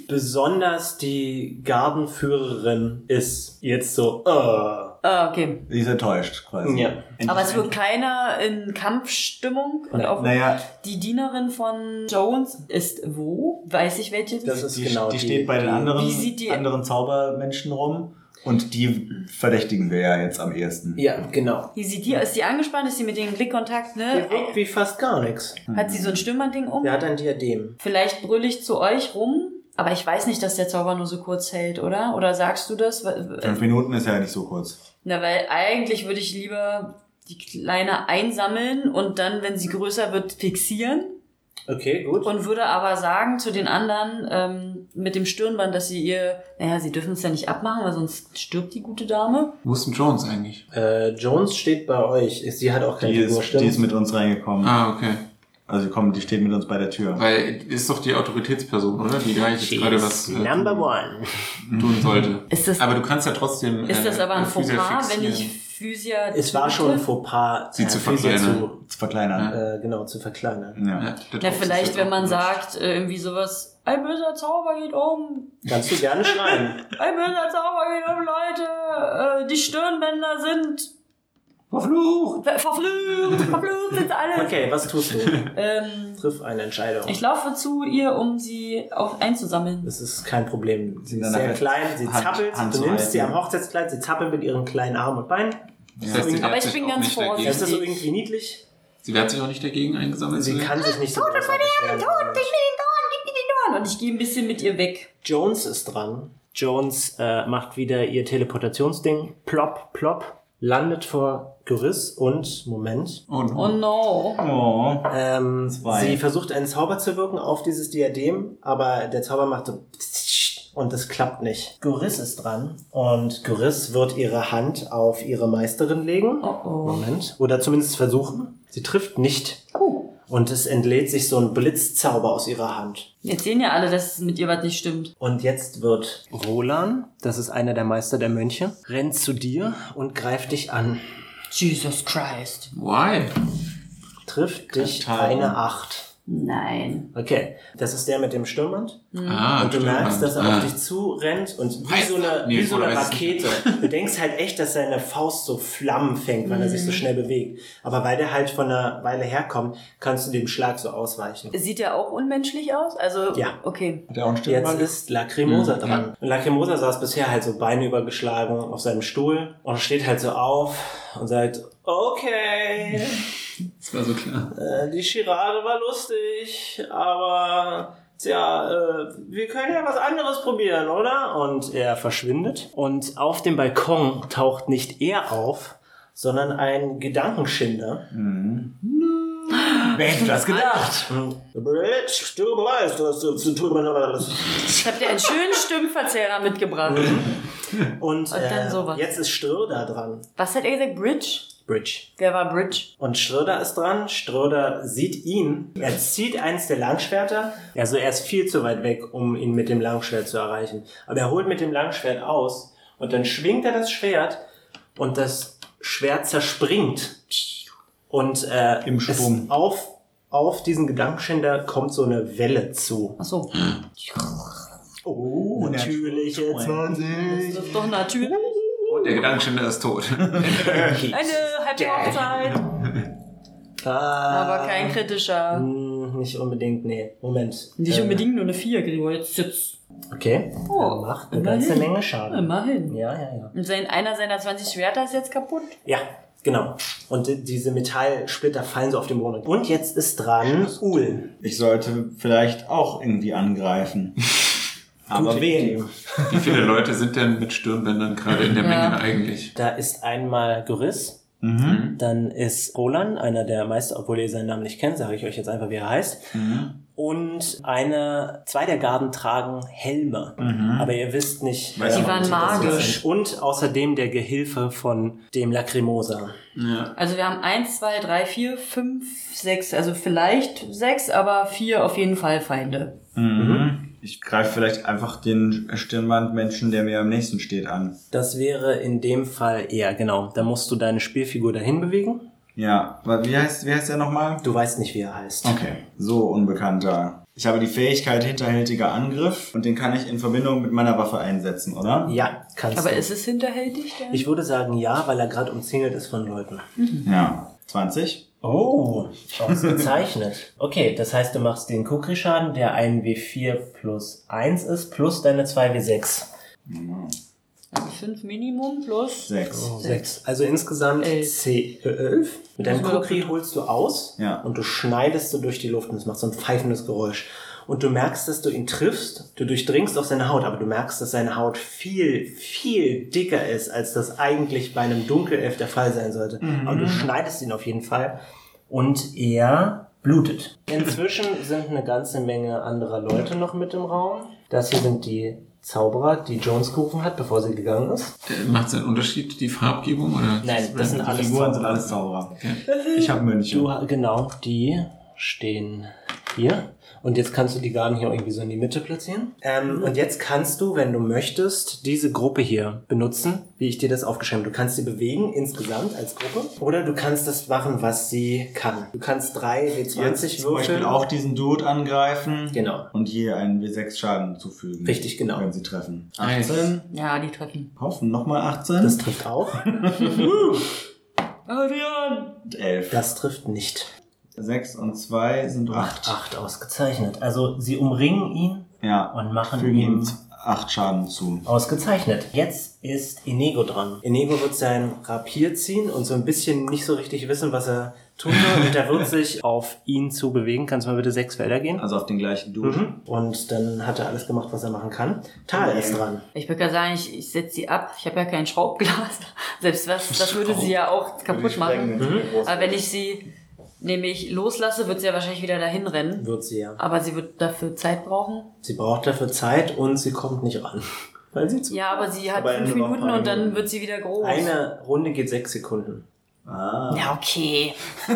Speaker 2: Besonders die Gardenführerin ist jetzt so, äh.
Speaker 1: Ah, okay.
Speaker 3: Sie ist enttäuscht quasi.
Speaker 2: Ja.
Speaker 1: Aber es wird keiner in Kampfstimmung. Und auch
Speaker 3: Naja,
Speaker 1: die Dienerin von Jones ist wo? Weiß ich welche?
Speaker 2: Das ist
Speaker 3: die,
Speaker 2: genau
Speaker 3: die, steht bei den anderen,
Speaker 1: Wie sieht die-
Speaker 3: anderen Zaubermenschen rum und die verdächtigen wir ja jetzt am ehesten.
Speaker 2: Ja, genau.
Speaker 1: Wie sieht die? Ist die angespannt? Ist sie mit dem Blickkontakt?
Speaker 2: Der
Speaker 1: Ne?
Speaker 2: wirkt wie fast gar nichts.
Speaker 1: Hat sie so ein Stürmerding um?
Speaker 2: Der hat ein Diadem.
Speaker 1: Vielleicht brüll ich zu euch rum, aber ich weiß nicht, dass der Zauber nur so kurz hält, oder? Oder sagst du das?
Speaker 3: Fünf Minuten ist ja nicht so kurz.
Speaker 1: Na, weil eigentlich würde ich lieber die Kleine einsammeln und dann, wenn sie größer wird, fixieren.
Speaker 2: Okay, gut.
Speaker 1: Und würde aber sagen zu den anderen ähm, mit dem Stirnband, dass sie ihr, naja, sie dürfen es ja nicht abmachen, weil sonst stirbt die gute Dame.
Speaker 5: Wo ist denn Jones eigentlich?
Speaker 2: äh, Jones steht bei euch. Sie hat auch keine
Speaker 3: Die
Speaker 2: Figur,
Speaker 3: ist, die ist mit uns reingekommen.
Speaker 5: Ah, okay.
Speaker 3: Also die, kommen, die steht mit uns bei der Tür.
Speaker 5: Weil ist doch die Autoritätsperson, oder? Die da jetzt
Speaker 2: She's
Speaker 5: gerade was äh,
Speaker 2: Number one.
Speaker 5: tun sollte.
Speaker 1: Ist das,
Speaker 5: Aber du kannst ja trotzdem. äh,
Speaker 1: ist das aber ein
Speaker 5: Füße
Speaker 1: Fauxpas, wenn
Speaker 5: fixieren.
Speaker 1: ich Physia...
Speaker 2: Es war schon ein
Speaker 1: töte?
Speaker 2: Fauxpas,
Speaker 5: Sie zu
Speaker 2: Physia
Speaker 5: verkleinern.
Speaker 3: Zu verkleinern.
Speaker 2: zu, äh, genau, zu verkleinern.
Speaker 3: Ja.
Speaker 5: Ja, der
Speaker 1: Na,
Speaker 5: Tropf ist
Speaker 1: vielleicht,
Speaker 5: ja
Speaker 1: wenn man
Speaker 5: gut.
Speaker 1: sagt, äh, irgendwie sowas, ein böser Zauber geht um,
Speaker 2: Kannst du gerne schreien.
Speaker 1: Ein böser Zauber geht um, Leute. Äh, die Stirnbänder sind
Speaker 5: Verflucht!
Speaker 1: ver verflucht. Verflucht sind alle.
Speaker 2: Okay, was tust du?
Speaker 1: Ähm,
Speaker 2: Triff eine Entscheidung.
Speaker 1: ich laufe zu ihr, um sie auf einzusammeln.
Speaker 2: Das ist kein Problem.
Speaker 3: Sie
Speaker 2: Sie ist
Speaker 3: dann
Speaker 2: sehr
Speaker 3: nachher
Speaker 2: klein, sie
Speaker 3: Hand-
Speaker 2: zappelt,
Speaker 3: Hand
Speaker 2: du
Speaker 3: zu
Speaker 2: nimmst sie
Speaker 3: halten.
Speaker 2: am Hochzeitskleid, sie zappelt mit ihren kleinen Armen und Beinen.
Speaker 5: Das heißt, sie
Speaker 1: Aber
Speaker 5: wehrt
Speaker 1: ich
Speaker 5: sich
Speaker 1: bin
Speaker 5: auch
Speaker 1: ganz
Speaker 5: nicht
Speaker 1: vorsichtig.
Speaker 5: dagegen.
Speaker 2: Ist das irgendwie niedlich?
Speaker 5: Sie wehrt sich auch nicht dagegen eingesammelt. zu
Speaker 2: Also- Sie
Speaker 5: werden?
Speaker 2: kann sich nicht so Tod,
Speaker 1: Und ich gehe ein bisschen mit ihr weg.
Speaker 2: Jones ist dran. Jones äh, macht wieder ihr Teleportationsding. Plop, plop. Landet vor Geriss und, Moment,
Speaker 5: Oh no.
Speaker 1: Oh no.
Speaker 3: Oh.
Speaker 2: Ähm,
Speaker 3: Zwei.
Speaker 2: sie versucht einen Zauber zu wirken auf dieses Diadem, aber der Zauber macht so und das klappt nicht. Goris ist dran und Goris wird ihre Hand auf ihre Meisterin legen.
Speaker 1: Oh oh.
Speaker 2: Moment. Oder zumindest versuchen. Sie trifft nicht.
Speaker 1: Oh.
Speaker 2: Und es entlädt sich so ein Blitzzauber aus ihrer Hand.
Speaker 1: Jetzt sehen ja alle, dass mit ihr was nicht stimmt.
Speaker 2: Und jetzt wird Rolan, das ist einer der Meister der Mönche, rennt zu dir und greift dich an.
Speaker 1: Jesus Christ.
Speaker 5: Why?
Speaker 2: Trifft dich
Speaker 3: Total.
Speaker 2: eine Acht.
Speaker 1: Nein.
Speaker 2: Okay, das ist der mit dem Stirnband.
Speaker 1: Mhm.
Speaker 5: Ah,
Speaker 2: Und du merkst, dass er
Speaker 5: ah.
Speaker 2: auf dich zurennt und wie
Speaker 5: Weiß-
Speaker 2: so eine,
Speaker 5: Nee,
Speaker 2: wie so eine
Speaker 5: oder weiß ich
Speaker 2: Rakete. Du denkst halt echt, dass seine Faust so Flammen fängt, weil er sich so schnell bewegt. Aber weil der halt von einer Weile herkommt, kannst du dem Schlag so ausweichen.
Speaker 1: Sieht ja auch unmenschlich aus? Also,
Speaker 2: Ja.
Speaker 1: okay.
Speaker 3: Hat er auch einen
Speaker 2: Jetzt
Speaker 3: Stirnband?
Speaker 2: ist Lacrimosa
Speaker 5: Mhm,
Speaker 2: dran. Und Lacrimosa saß bisher halt so Beine übergeschlagen auf seinem Stuhl und steht halt so auf und sagt, okay,
Speaker 5: Das war so klar.
Speaker 2: äh, die Chirade war lustig, aber tja, äh, wir können ja was anderes probieren, oder? Und er verschwindet. Und auf dem Balkon taucht nicht er auf, sondern ein Gedankenschinder.
Speaker 6: Hm. Wer hätte das gedacht?
Speaker 2: Bitch, du weißt, was du zu tun hast.
Speaker 1: Ich hab dir einen schönen Stimmverzerrer mitgebracht.
Speaker 2: Und,
Speaker 1: Und dann
Speaker 2: äh,
Speaker 1: sowas.
Speaker 2: jetzt ist Stürder dran.
Speaker 1: Was hat er gesagt? Bridge?
Speaker 2: Bridge.
Speaker 1: Wer war Bridge?
Speaker 2: Und Schröder ist dran. Schröder sieht ihn. Er zieht eins der Langschwerter. Also er ist viel zu weit weg, um ihn mit dem Langschwert zu erreichen. Aber er holt mit dem Langschwert aus und dann schwingt er das Schwert und das Schwert zerspringt. Und äh,
Speaker 6: Im
Speaker 2: es
Speaker 6: Schwung.
Speaker 2: auf, auf diesen Gedankenschinder kommt so eine Welle zu.
Speaker 1: Ach so.
Speaker 2: Oh, natürliche 20.
Speaker 1: Das ist doch natürlich.
Speaker 5: Und Oh, der Gedankenständer ist tot.
Speaker 1: Eine halbe
Speaker 2: Dang.
Speaker 1: Hochzeit. Aber kein kritischer.
Speaker 2: Nicht unbedingt, nee. Moment.
Speaker 1: Nicht
Speaker 2: Ähm,
Speaker 1: unbedingt nur eine 4, Gregor. Jetzt sitzt.
Speaker 2: Okay.
Speaker 1: Oh,
Speaker 2: Er macht eine
Speaker 1: immerhin.
Speaker 2: ganze Menge Schaden.
Speaker 1: Immerhin.
Speaker 2: Ja, ja, ja.
Speaker 1: Und sein, einer seiner 20 Schwerter ist jetzt kaputt.
Speaker 2: Ja, genau. Und die- diese Metallsplitter fallen so auf den Boden. Und jetzt ist dran Uhl.
Speaker 6: Ich sollte vielleicht auch irgendwie angreifen. Aber
Speaker 2: Gute
Speaker 6: wen?
Speaker 2: Idee.
Speaker 5: Wie viele Leute sind denn mit Stirnbändern gerade in der
Speaker 1: Ja.
Speaker 5: Menge eigentlich?
Speaker 2: Da ist einmal Goris.
Speaker 6: Mhm.
Speaker 2: Dann ist Roland, einer der Meister, obwohl ihr seinen Namen nicht kennt, sage ich euch jetzt einfach, wie er heißt.
Speaker 6: Mhm.
Speaker 2: Und eine, zwei der Garden tragen Helme.
Speaker 6: Mhm.
Speaker 2: Aber ihr wisst nicht.
Speaker 6: Weiß
Speaker 2: äh,
Speaker 1: Die
Speaker 6: man,
Speaker 1: waren
Speaker 6: ob das
Speaker 1: magisch.
Speaker 6: jetzt
Speaker 2: Und außerdem der Gehilfe von dem Lacrimosa.
Speaker 5: Ja.
Speaker 1: Also wir haben 1, 2, 3, 4, 5, 6, also vielleicht 6, aber 4 auf jeden Fall Feinde.
Speaker 6: ein- Mhm. Ich greife vielleicht einfach den Stirnbandmenschen, der mir am nächsten steht, an.
Speaker 2: Das wäre in dem Fall eher, genau. Da musst du deine Spielfigur dahin bewegen.
Speaker 6: Ja. Aber Wie heißt, wie heißt der nochmal?
Speaker 2: Du weißt nicht, wie er heißt.
Speaker 6: Okay. So, Unbekannter. Ich habe die Fähigkeit hinterhältiger Angriff und den kann ich in Verbindung mit meiner Waffe einsetzen, oder?
Speaker 2: Ja, kannst
Speaker 1: Aber
Speaker 2: du.
Speaker 1: ist es hinterhältig? Der?
Speaker 2: Ich würde sagen ja, weil er gerade umzingelt ist von Leuten.
Speaker 6: Ja. 20?
Speaker 2: Oh, ausgezeichnet. okay, das heißt, du machst den Kukri-Schaden, der ein W4 plus 1 ist, plus deine 2 W6.
Speaker 6: Mhm.
Speaker 1: 5 Minimum plus.
Speaker 6: Sechs.
Speaker 1: Sechs.
Speaker 2: Also insgesamt
Speaker 1: Elf.
Speaker 2: 10, äh, 11. Mit deinem
Speaker 1: Müssen wir
Speaker 2: Kukri holst du aus
Speaker 6: Ja.
Speaker 2: und du schneidest du durch die Luft und es macht so ein pfeifendes Geräusch. Und du merkst, dass du ihn triffst, du durchdringst auch seine Haut, aber du merkst, dass seine Haut viel, viel dicker ist, als das eigentlich bei einem Dunkelelf der Fall sein sollte. Aber du schneidest ihn auf jeden Fall und er blutet. Inzwischen sind eine ganze Menge anderer Leute noch mit im Raum. Das hier sind die Zauberer, die Jones gerufen hat, bevor sie gegangen ist.
Speaker 5: Macht es einen Unterschied, die Farbgebung? Oder?
Speaker 2: Nein, das sind
Speaker 6: Die
Speaker 2: alles
Speaker 6: Figuren
Speaker 2: Zauberer.
Speaker 6: sind alles Zauberer. Ich habe Mönche.
Speaker 2: Du, genau, die stehen hier. Und jetzt kannst du die Garden hier irgendwie so in die Mitte platzieren. Ähm, und jetzt kannst du, wenn du möchtest, diese Gruppe hier benutzen, wie ich dir das aufgeschrieben habe. Du kannst sie bewegen insgesamt als Gruppe. Oder du kannst das machen, was sie kann. Du kannst drei
Speaker 6: Jetzt
Speaker 2: W20
Speaker 6: zum Beispiel
Speaker 2: würfeln.
Speaker 6: auch diesen Dude angreifen.
Speaker 2: Genau.
Speaker 6: Und je einen W6 Schaden zufügen.
Speaker 2: Richtig, genau.
Speaker 6: Wenn sie treffen.
Speaker 5: Nice.
Speaker 6: 18.
Speaker 1: Ja, die treffen.
Speaker 6: Hoffen, nochmal 18.
Speaker 2: Das trifft auch.
Speaker 1: Adrian!
Speaker 6: Und 11.
Speaker 2: Das trifft nicht.
Speaker 6: 6 und 2 sind 8.
Speaker 2: Acht ausgezeichnet. Also sie umringen ihn
Speaker 6: Ja.
Speaker 2: und machen
Speaker 6: Fügen
Speaker 2: ihm
Speaker 6: ihm 8 Schaden zu.
Speaker 2: Ausgezeichnet. Jetzt ist Inego dran. Inego wird sein Rapier ziehen und so ein bisschen nicht so richtig wissen, was er tun soll. Und er wird sich auf ihn zu bewegen. Kannst du mal bitte sechs Felder gehen?
Speaker 6: Also auf den gleichen Dude.
Speaker 2: Mhm. Und dann hat er alles gemacht, was er machen kann. Tal ist dran.
Speaker 1: Ich würde gerade sagen, ich, ich setze sie ab. Ich habe ja kein Schraubglas. Selbst was, das würde sie ja auch kaputt
Speaker 2: Mhm.
Speaker 1: machen. Aber wenn ich sie nämlich loslasse, wird sie ja wahrscheinlich wieder dahin rennen.
Speaker 2: Wird sie ja.
Speaker 1: Aber sie wird dafür Zeit brauchen.
Speaker 2: Sie braucht dafür Zeit und sie kommt nicht ran. Weil sie zu.
Speaker 1: Ja, aber sie hat
Speaker 7: Aber
Speaker 1: fünf
Speaker 7: nur noch ein
Speaker 1: Minuten
Speaker 7: paar
Speaker 1: und dann
Speaker 7: Minuten.
Speaker 1: wird sie wieder groß.
Speaker 2: Eine Runde geht sechs Sekunden.
Speaker 6: Ah,
Speaker 1: Ja, okay.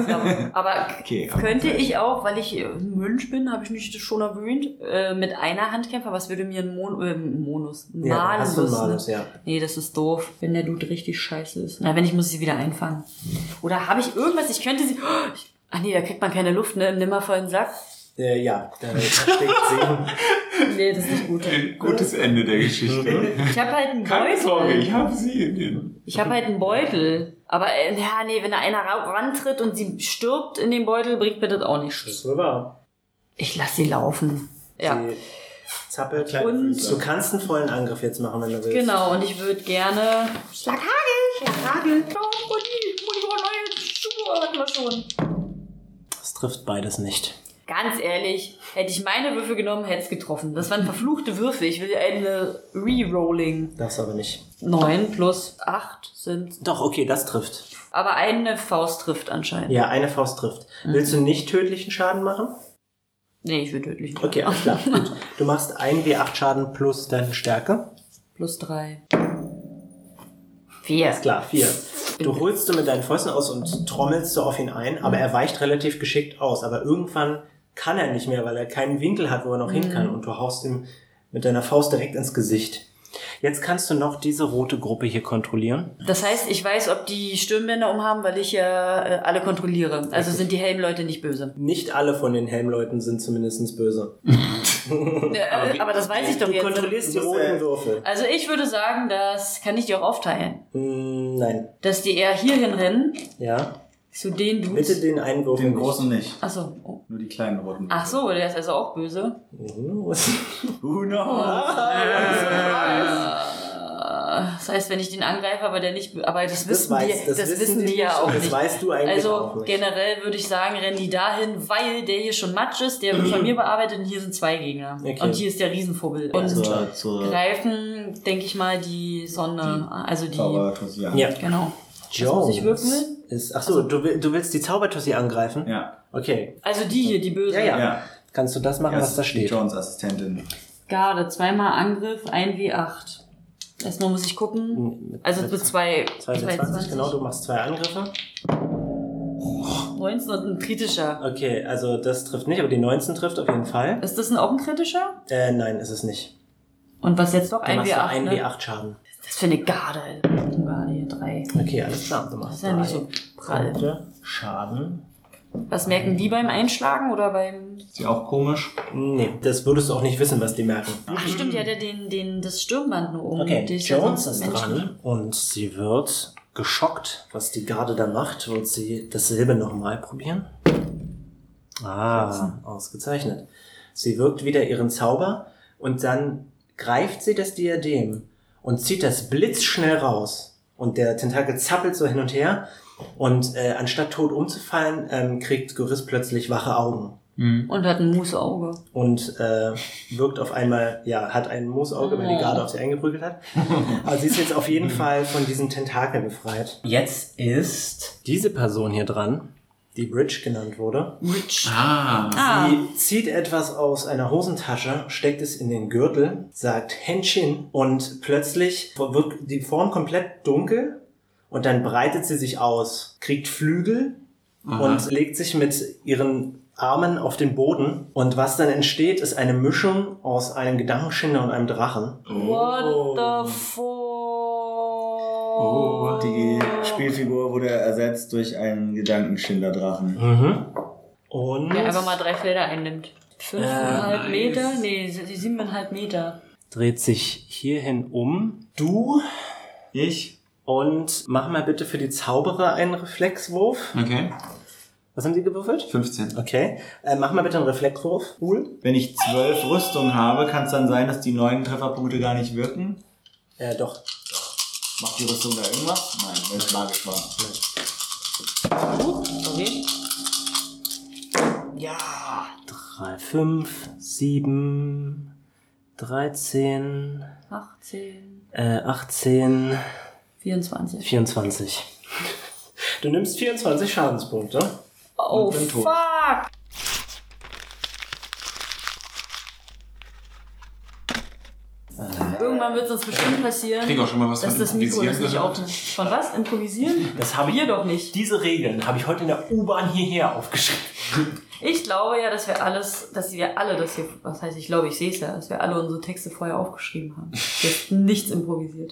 Speaker 1: Aber
Speaker 6: Okay, aber
Speaker 1: könnte ich auch, weil ich äh, ein Mönch bin, habe ich nicht schon erwähnt, äh, mit einer Hand kämpfen? Was würde mir ein Mon äh, ein Monus? Ein
Speaker 2: Ja, dann hast du einen
Speaker 1: ne?
Speaker 2: Malus, ja.
Speaker 1: Nee, das ist doof, wenn der Dude richtig scheiße ist. Na, wenn ich muss ich sie wieder einfangen. Oder habe ich irgendwas, ich könnte sie... Oh, ich, ach nee, da kriegt man keine Luft, ne? Nimm mal vollen Sack.
Speaker 2: Äh, ja, dann versteckt sie.
Speaker 1: Nee, das ist nicht gut.
Speaker 5: Ein gutes Ende der Geschichte.
Speaker 1: Ich habe halt einen
Speaker 5: Keine Sorge, ich
Speaker 1: Beutel.
Speaker 5: habe sie in den.
Speaker 1: Ich habe halt einen Beutel. Aber äh, ja, nee, wenn da einer ra- rantritt und sie stirbt in dem Beutel, bringt mir das auch nicht.
Speaker 2: Das ist wohl wahr.
Speaker 1: Ich lasse sie laufen. Ja.
Speaker 2: Sie zappelt.
Speaker 1: Und-
Speaker 2: du kannst einen vollen Angriff jetzt machen, wenn du willst.
Speaker 1: Genau, und ich würde gerne. Schlaghagel! Schlaghagel! Komm, Mutti! Mutti, Oh, hatten wir schon.
Speaker 2: Das trifft beides nicht.
Speaker 1: Ganz ehrlich, hätte ich meine Würfel genommen, hätte es getroffen. Das waren verfluchte Würfel. Ich will eine Rerolling.
Speaker 2: Darfst aber nicht.
Speaker 1: 9 plus 8 sind.
Speaker 2: Doch, okay, das trifft.
Speaker 1: Aber eine Faust trifft anscheinend.
Speaker 2: Ja, eine Faust trifft. Willst du nicht tödlichen Schaden machen?
Speaker 1: Nee, ich will tödlich. nicht.
Speaker 2: Okay, alles klar. Gut. Du machst 1 W8 Schaden plus deine Stärke.
Speaker 1: Plus 3. 4.
Speaker 2: Alles klar, vier. Du holst du mit deinen Fäusten aus und trommelst du auf ihn ein, aber er weicht relativ geschickt aus. Aber irgendwann kann er nicht mehr, weil er keinen Winkel hat, wo er noch hin kann. Und du haust ihm mit deiner Faust direkt ins Gesicht. Jetzt kannst du noch diese rote Gruppe hier kontrollieren.
Speaker 1: Das heißt, ich weiß, ob die Stirnbänder umhaben, weil ich ja äh, alle kontrolliere. Also sind die Helmleute nicht böse.
Speaker 2: Nicht alle von den Helmleuten sind zumindest böse.
Speaker 1: Äh, aber, das weiß ich doch
Speaker 2: Du
Speaker 1: jetzt.
Speaker 2: kontrollierst die roten Würfel.
Speaker 1: Also ich würde sagen, das kann ich dir auch aufteilen.
Speaker 2: Hm, nein.
Speaker 1: Dass die eher hierhin rennen,
Speaker 2: Ja.
Speaker 1: zu den
Speaker 2: Bitte
Speaker 1: Dudes.
Speaker 2: den einen Würfel.
Speaker 6: Den
Speaker 2: nicht.
Speaker 6: großen nicht.
Speaker 1: Achso. Oh.
Speaker 6: Nur die kleinen roten.
Speaker 1: Ach so, der ist also auch böse.
Speaker 2: Oh.
Speaker 6: Who knows?
Speaker 1: Äh, Das heißt, wenn ich den angreife, aber der nicht, aber das wissen
Speaker 2: weiß-
Speaker 1: die, das, wissen die, ja
Speaker 2: nicht.
Speaker 1: auch
Speaker 2: Das
Speaker 1: nicht.
Speaker 2: weißt du eigentlich
Speaker 1: also
Speaker 2: auch nicht.
Speaker 1: generell würde ich sagen, rennen die dahin, weil der hier schon matsch ist, der wird von mir bearbeitet und hier sind zwei Gegner.
Speaker 2: Okay. Also,
Speaker 1: Und hier ist der Riesenvogel. Und
Speaker 6: Zur, zur
Speaker 1: greifen, denke ich mal, die Sonne, also die,
Speaker 6: Zauber tust du ja.
Speaker 2: Ja.
Speaker 1: genau.
Speaker 2: Jones
Speaker 1: muss ich würfeln?
Speaker 2: Ist, ach so, du, will- du willst die Zaubertussi angreifen?
Speaker 6: Ja.
Speaker 2: Okay.
Speaker 1: Also die hier, die böse.
Speaker 2: Ja, ja.
Speaker 6: Ja.
Speaker 2: Kannst du das machen, was da steht?
Speaker 6: Jones Assistentin.
Speaker 1: Garde, zweimal Angriff, ein W8. Erstmal muss ich
Speaker 2: Hm.
Speaker 1: gucken. Also bis zwei,
Speaker 2: 22, genau, du machst zwei Angriffe.
Speaker 1: 19 und ein kritischer.
Speaker 2: Okay, also das trifft nicht, aber die 19 trifft auf jeden Fall.
Speaker 1: Ist das ein auch ein kritischer?
Speaker 2: Äh, nein, ist es nicht.
Speaker 1: Und was jetzt noch?
Speaker 2: Du
Speaker 1: Ein
Speaker 2: machst
Speaker 1: W8.
Speaker 2: einen
Speaker 1: ne?
Speaker 2: W8 Schaden.
Speaker 1: Das für eine Garde. Alter. Garde hier drei.
Speaker 2: Okay, alles klar. Du machst
Speaker 1: Das ist ja nicht
Speaker 2: drei
Speaker 1: so prall.
Speaker 2: Punkte Schaden.
Speaker 1: Was merken die beim Einschlagen oder beim.
Speaker 6: Ist ja auch komisch.
Speaker 2: Nee, das würdest du auch nicht wissen, was die merken.
Speaker 1: Ach stimmt, die hat ja den, den, das Stirnband nur um.
Speaker 2: Mhm. Okay,
Speaker 1: Die ja
Speaker 2: Jones
Speaker 1: sonst
Speaker 2: ist
Speaker 1: ein Mensch.
Speaker 2: dran und sie wird geschockt, was die Garde da macht. Wird sie dasselbe nochmal probieren? Ah, ausgezeichnet. Sie wirkt wieder ihren Zauber und dann greift sie das Diadem und zieht das blitzschnell raus. Und der Tentakel zappelt so hin und her und äh, anstatt tot umzufallen, ähm, kriegt Goris plötzlich wache Augen
Speaker 1: Und hat ein Musauge.
Speaker 2: und äh, wirkt auf einmal, ja, hat ein Moosauge, weil die Garde auf sie eingeprügelt hat. Aber sie ist jetzt auf jeden Fall von diesem Tentakel befreit. Jetzt ist diese Person hier dran, die Bridge genannt wurde.
Speaker 5: Ah,
Speaker 1: Ah,
Speaker 2: Die zieht etwas aus einer Hosentasche, steckt es in den Gürtel, sagt Händchen und plötzlich wird die Form komplett dunkel und dann breitet sie sich aus, kriegt Flügel und legt sich mit ihren Armen auf den Boden und was dann entsteht, ist eine Mischung aus einem Gedankenschinder und einem Drachen. Oh.
Speaker 1: what the fuck?
Speaker 6: Die
Speaker 1: Oh.
Speaker 6: Spielfigur wurde ersetzt durch einen Gedankenschinderdrachen.
Speaker 2: Und
Speaker 1: Der einfach mal drei Felder einnimmt. Fünfeinhalb Meter? Nee, sie- sie- siebeneinhalb Meter.
Speaker 2: dreht sich hierhin um. Du
Speaker 6: Ich?
Speaker 2: und mach mal bitte für die Zauberer einen Reflexwurf.
Speaker 5: okay.
Speaker 2: Was haben sie gewürfelt?
Speaker 5: 15.
Speaker 2: Okay. Äh, mach mal bitte einen Reflexwurf. Cool.
Speaker 6: Wenn ich zwölf Rüstung habe, kann es dann sein, dass die neuen Trefferpunkte gar nicht wirken?
Speaker 2: Äh, doch.
Speaker 6: Macht die Rüstung da irgendwas? Nein, weil es magisch war.
Speaker 1: Okay.
Speaker 2: Ja. 3, 5, 7, 13,
Speaker 1: 18,
Speaker 2: äh, 18,
Speaker 1: 24.
Speaker 2: 24. Du nimmst 24 Schadenspunkte.
Speaker 1: Oh,
Speaker 2: bin tot.
Speaker 1: fuck! Irgendwann wird es uns bestimmt passieren,
Speaker 5: Krieg auch schon mal was
Speaker 1: dass
Speaker 5: von
Speaker 1: das Mikro das
Speaker 5: Improvisieren
Speaker 1: nicht
Speaker 5: gehört.
Speaker 1: aufnimmt. Von was? Improvisieren?
Speaker 2: Das habe
Speaker 1: Wir doch nicht.
Speaker 2: Diese Regeln habe ich heute in der U-Bahn hierher aufgeschrieben.
Speaker 1: Ich glaube ja, dass wir alles, dass wir alle das hier, was heißt ich glaube, ich sehe es ja, dass wir alle unsere Texte vorher aufgeschrieben haben. Jetzt nichts improvisiert.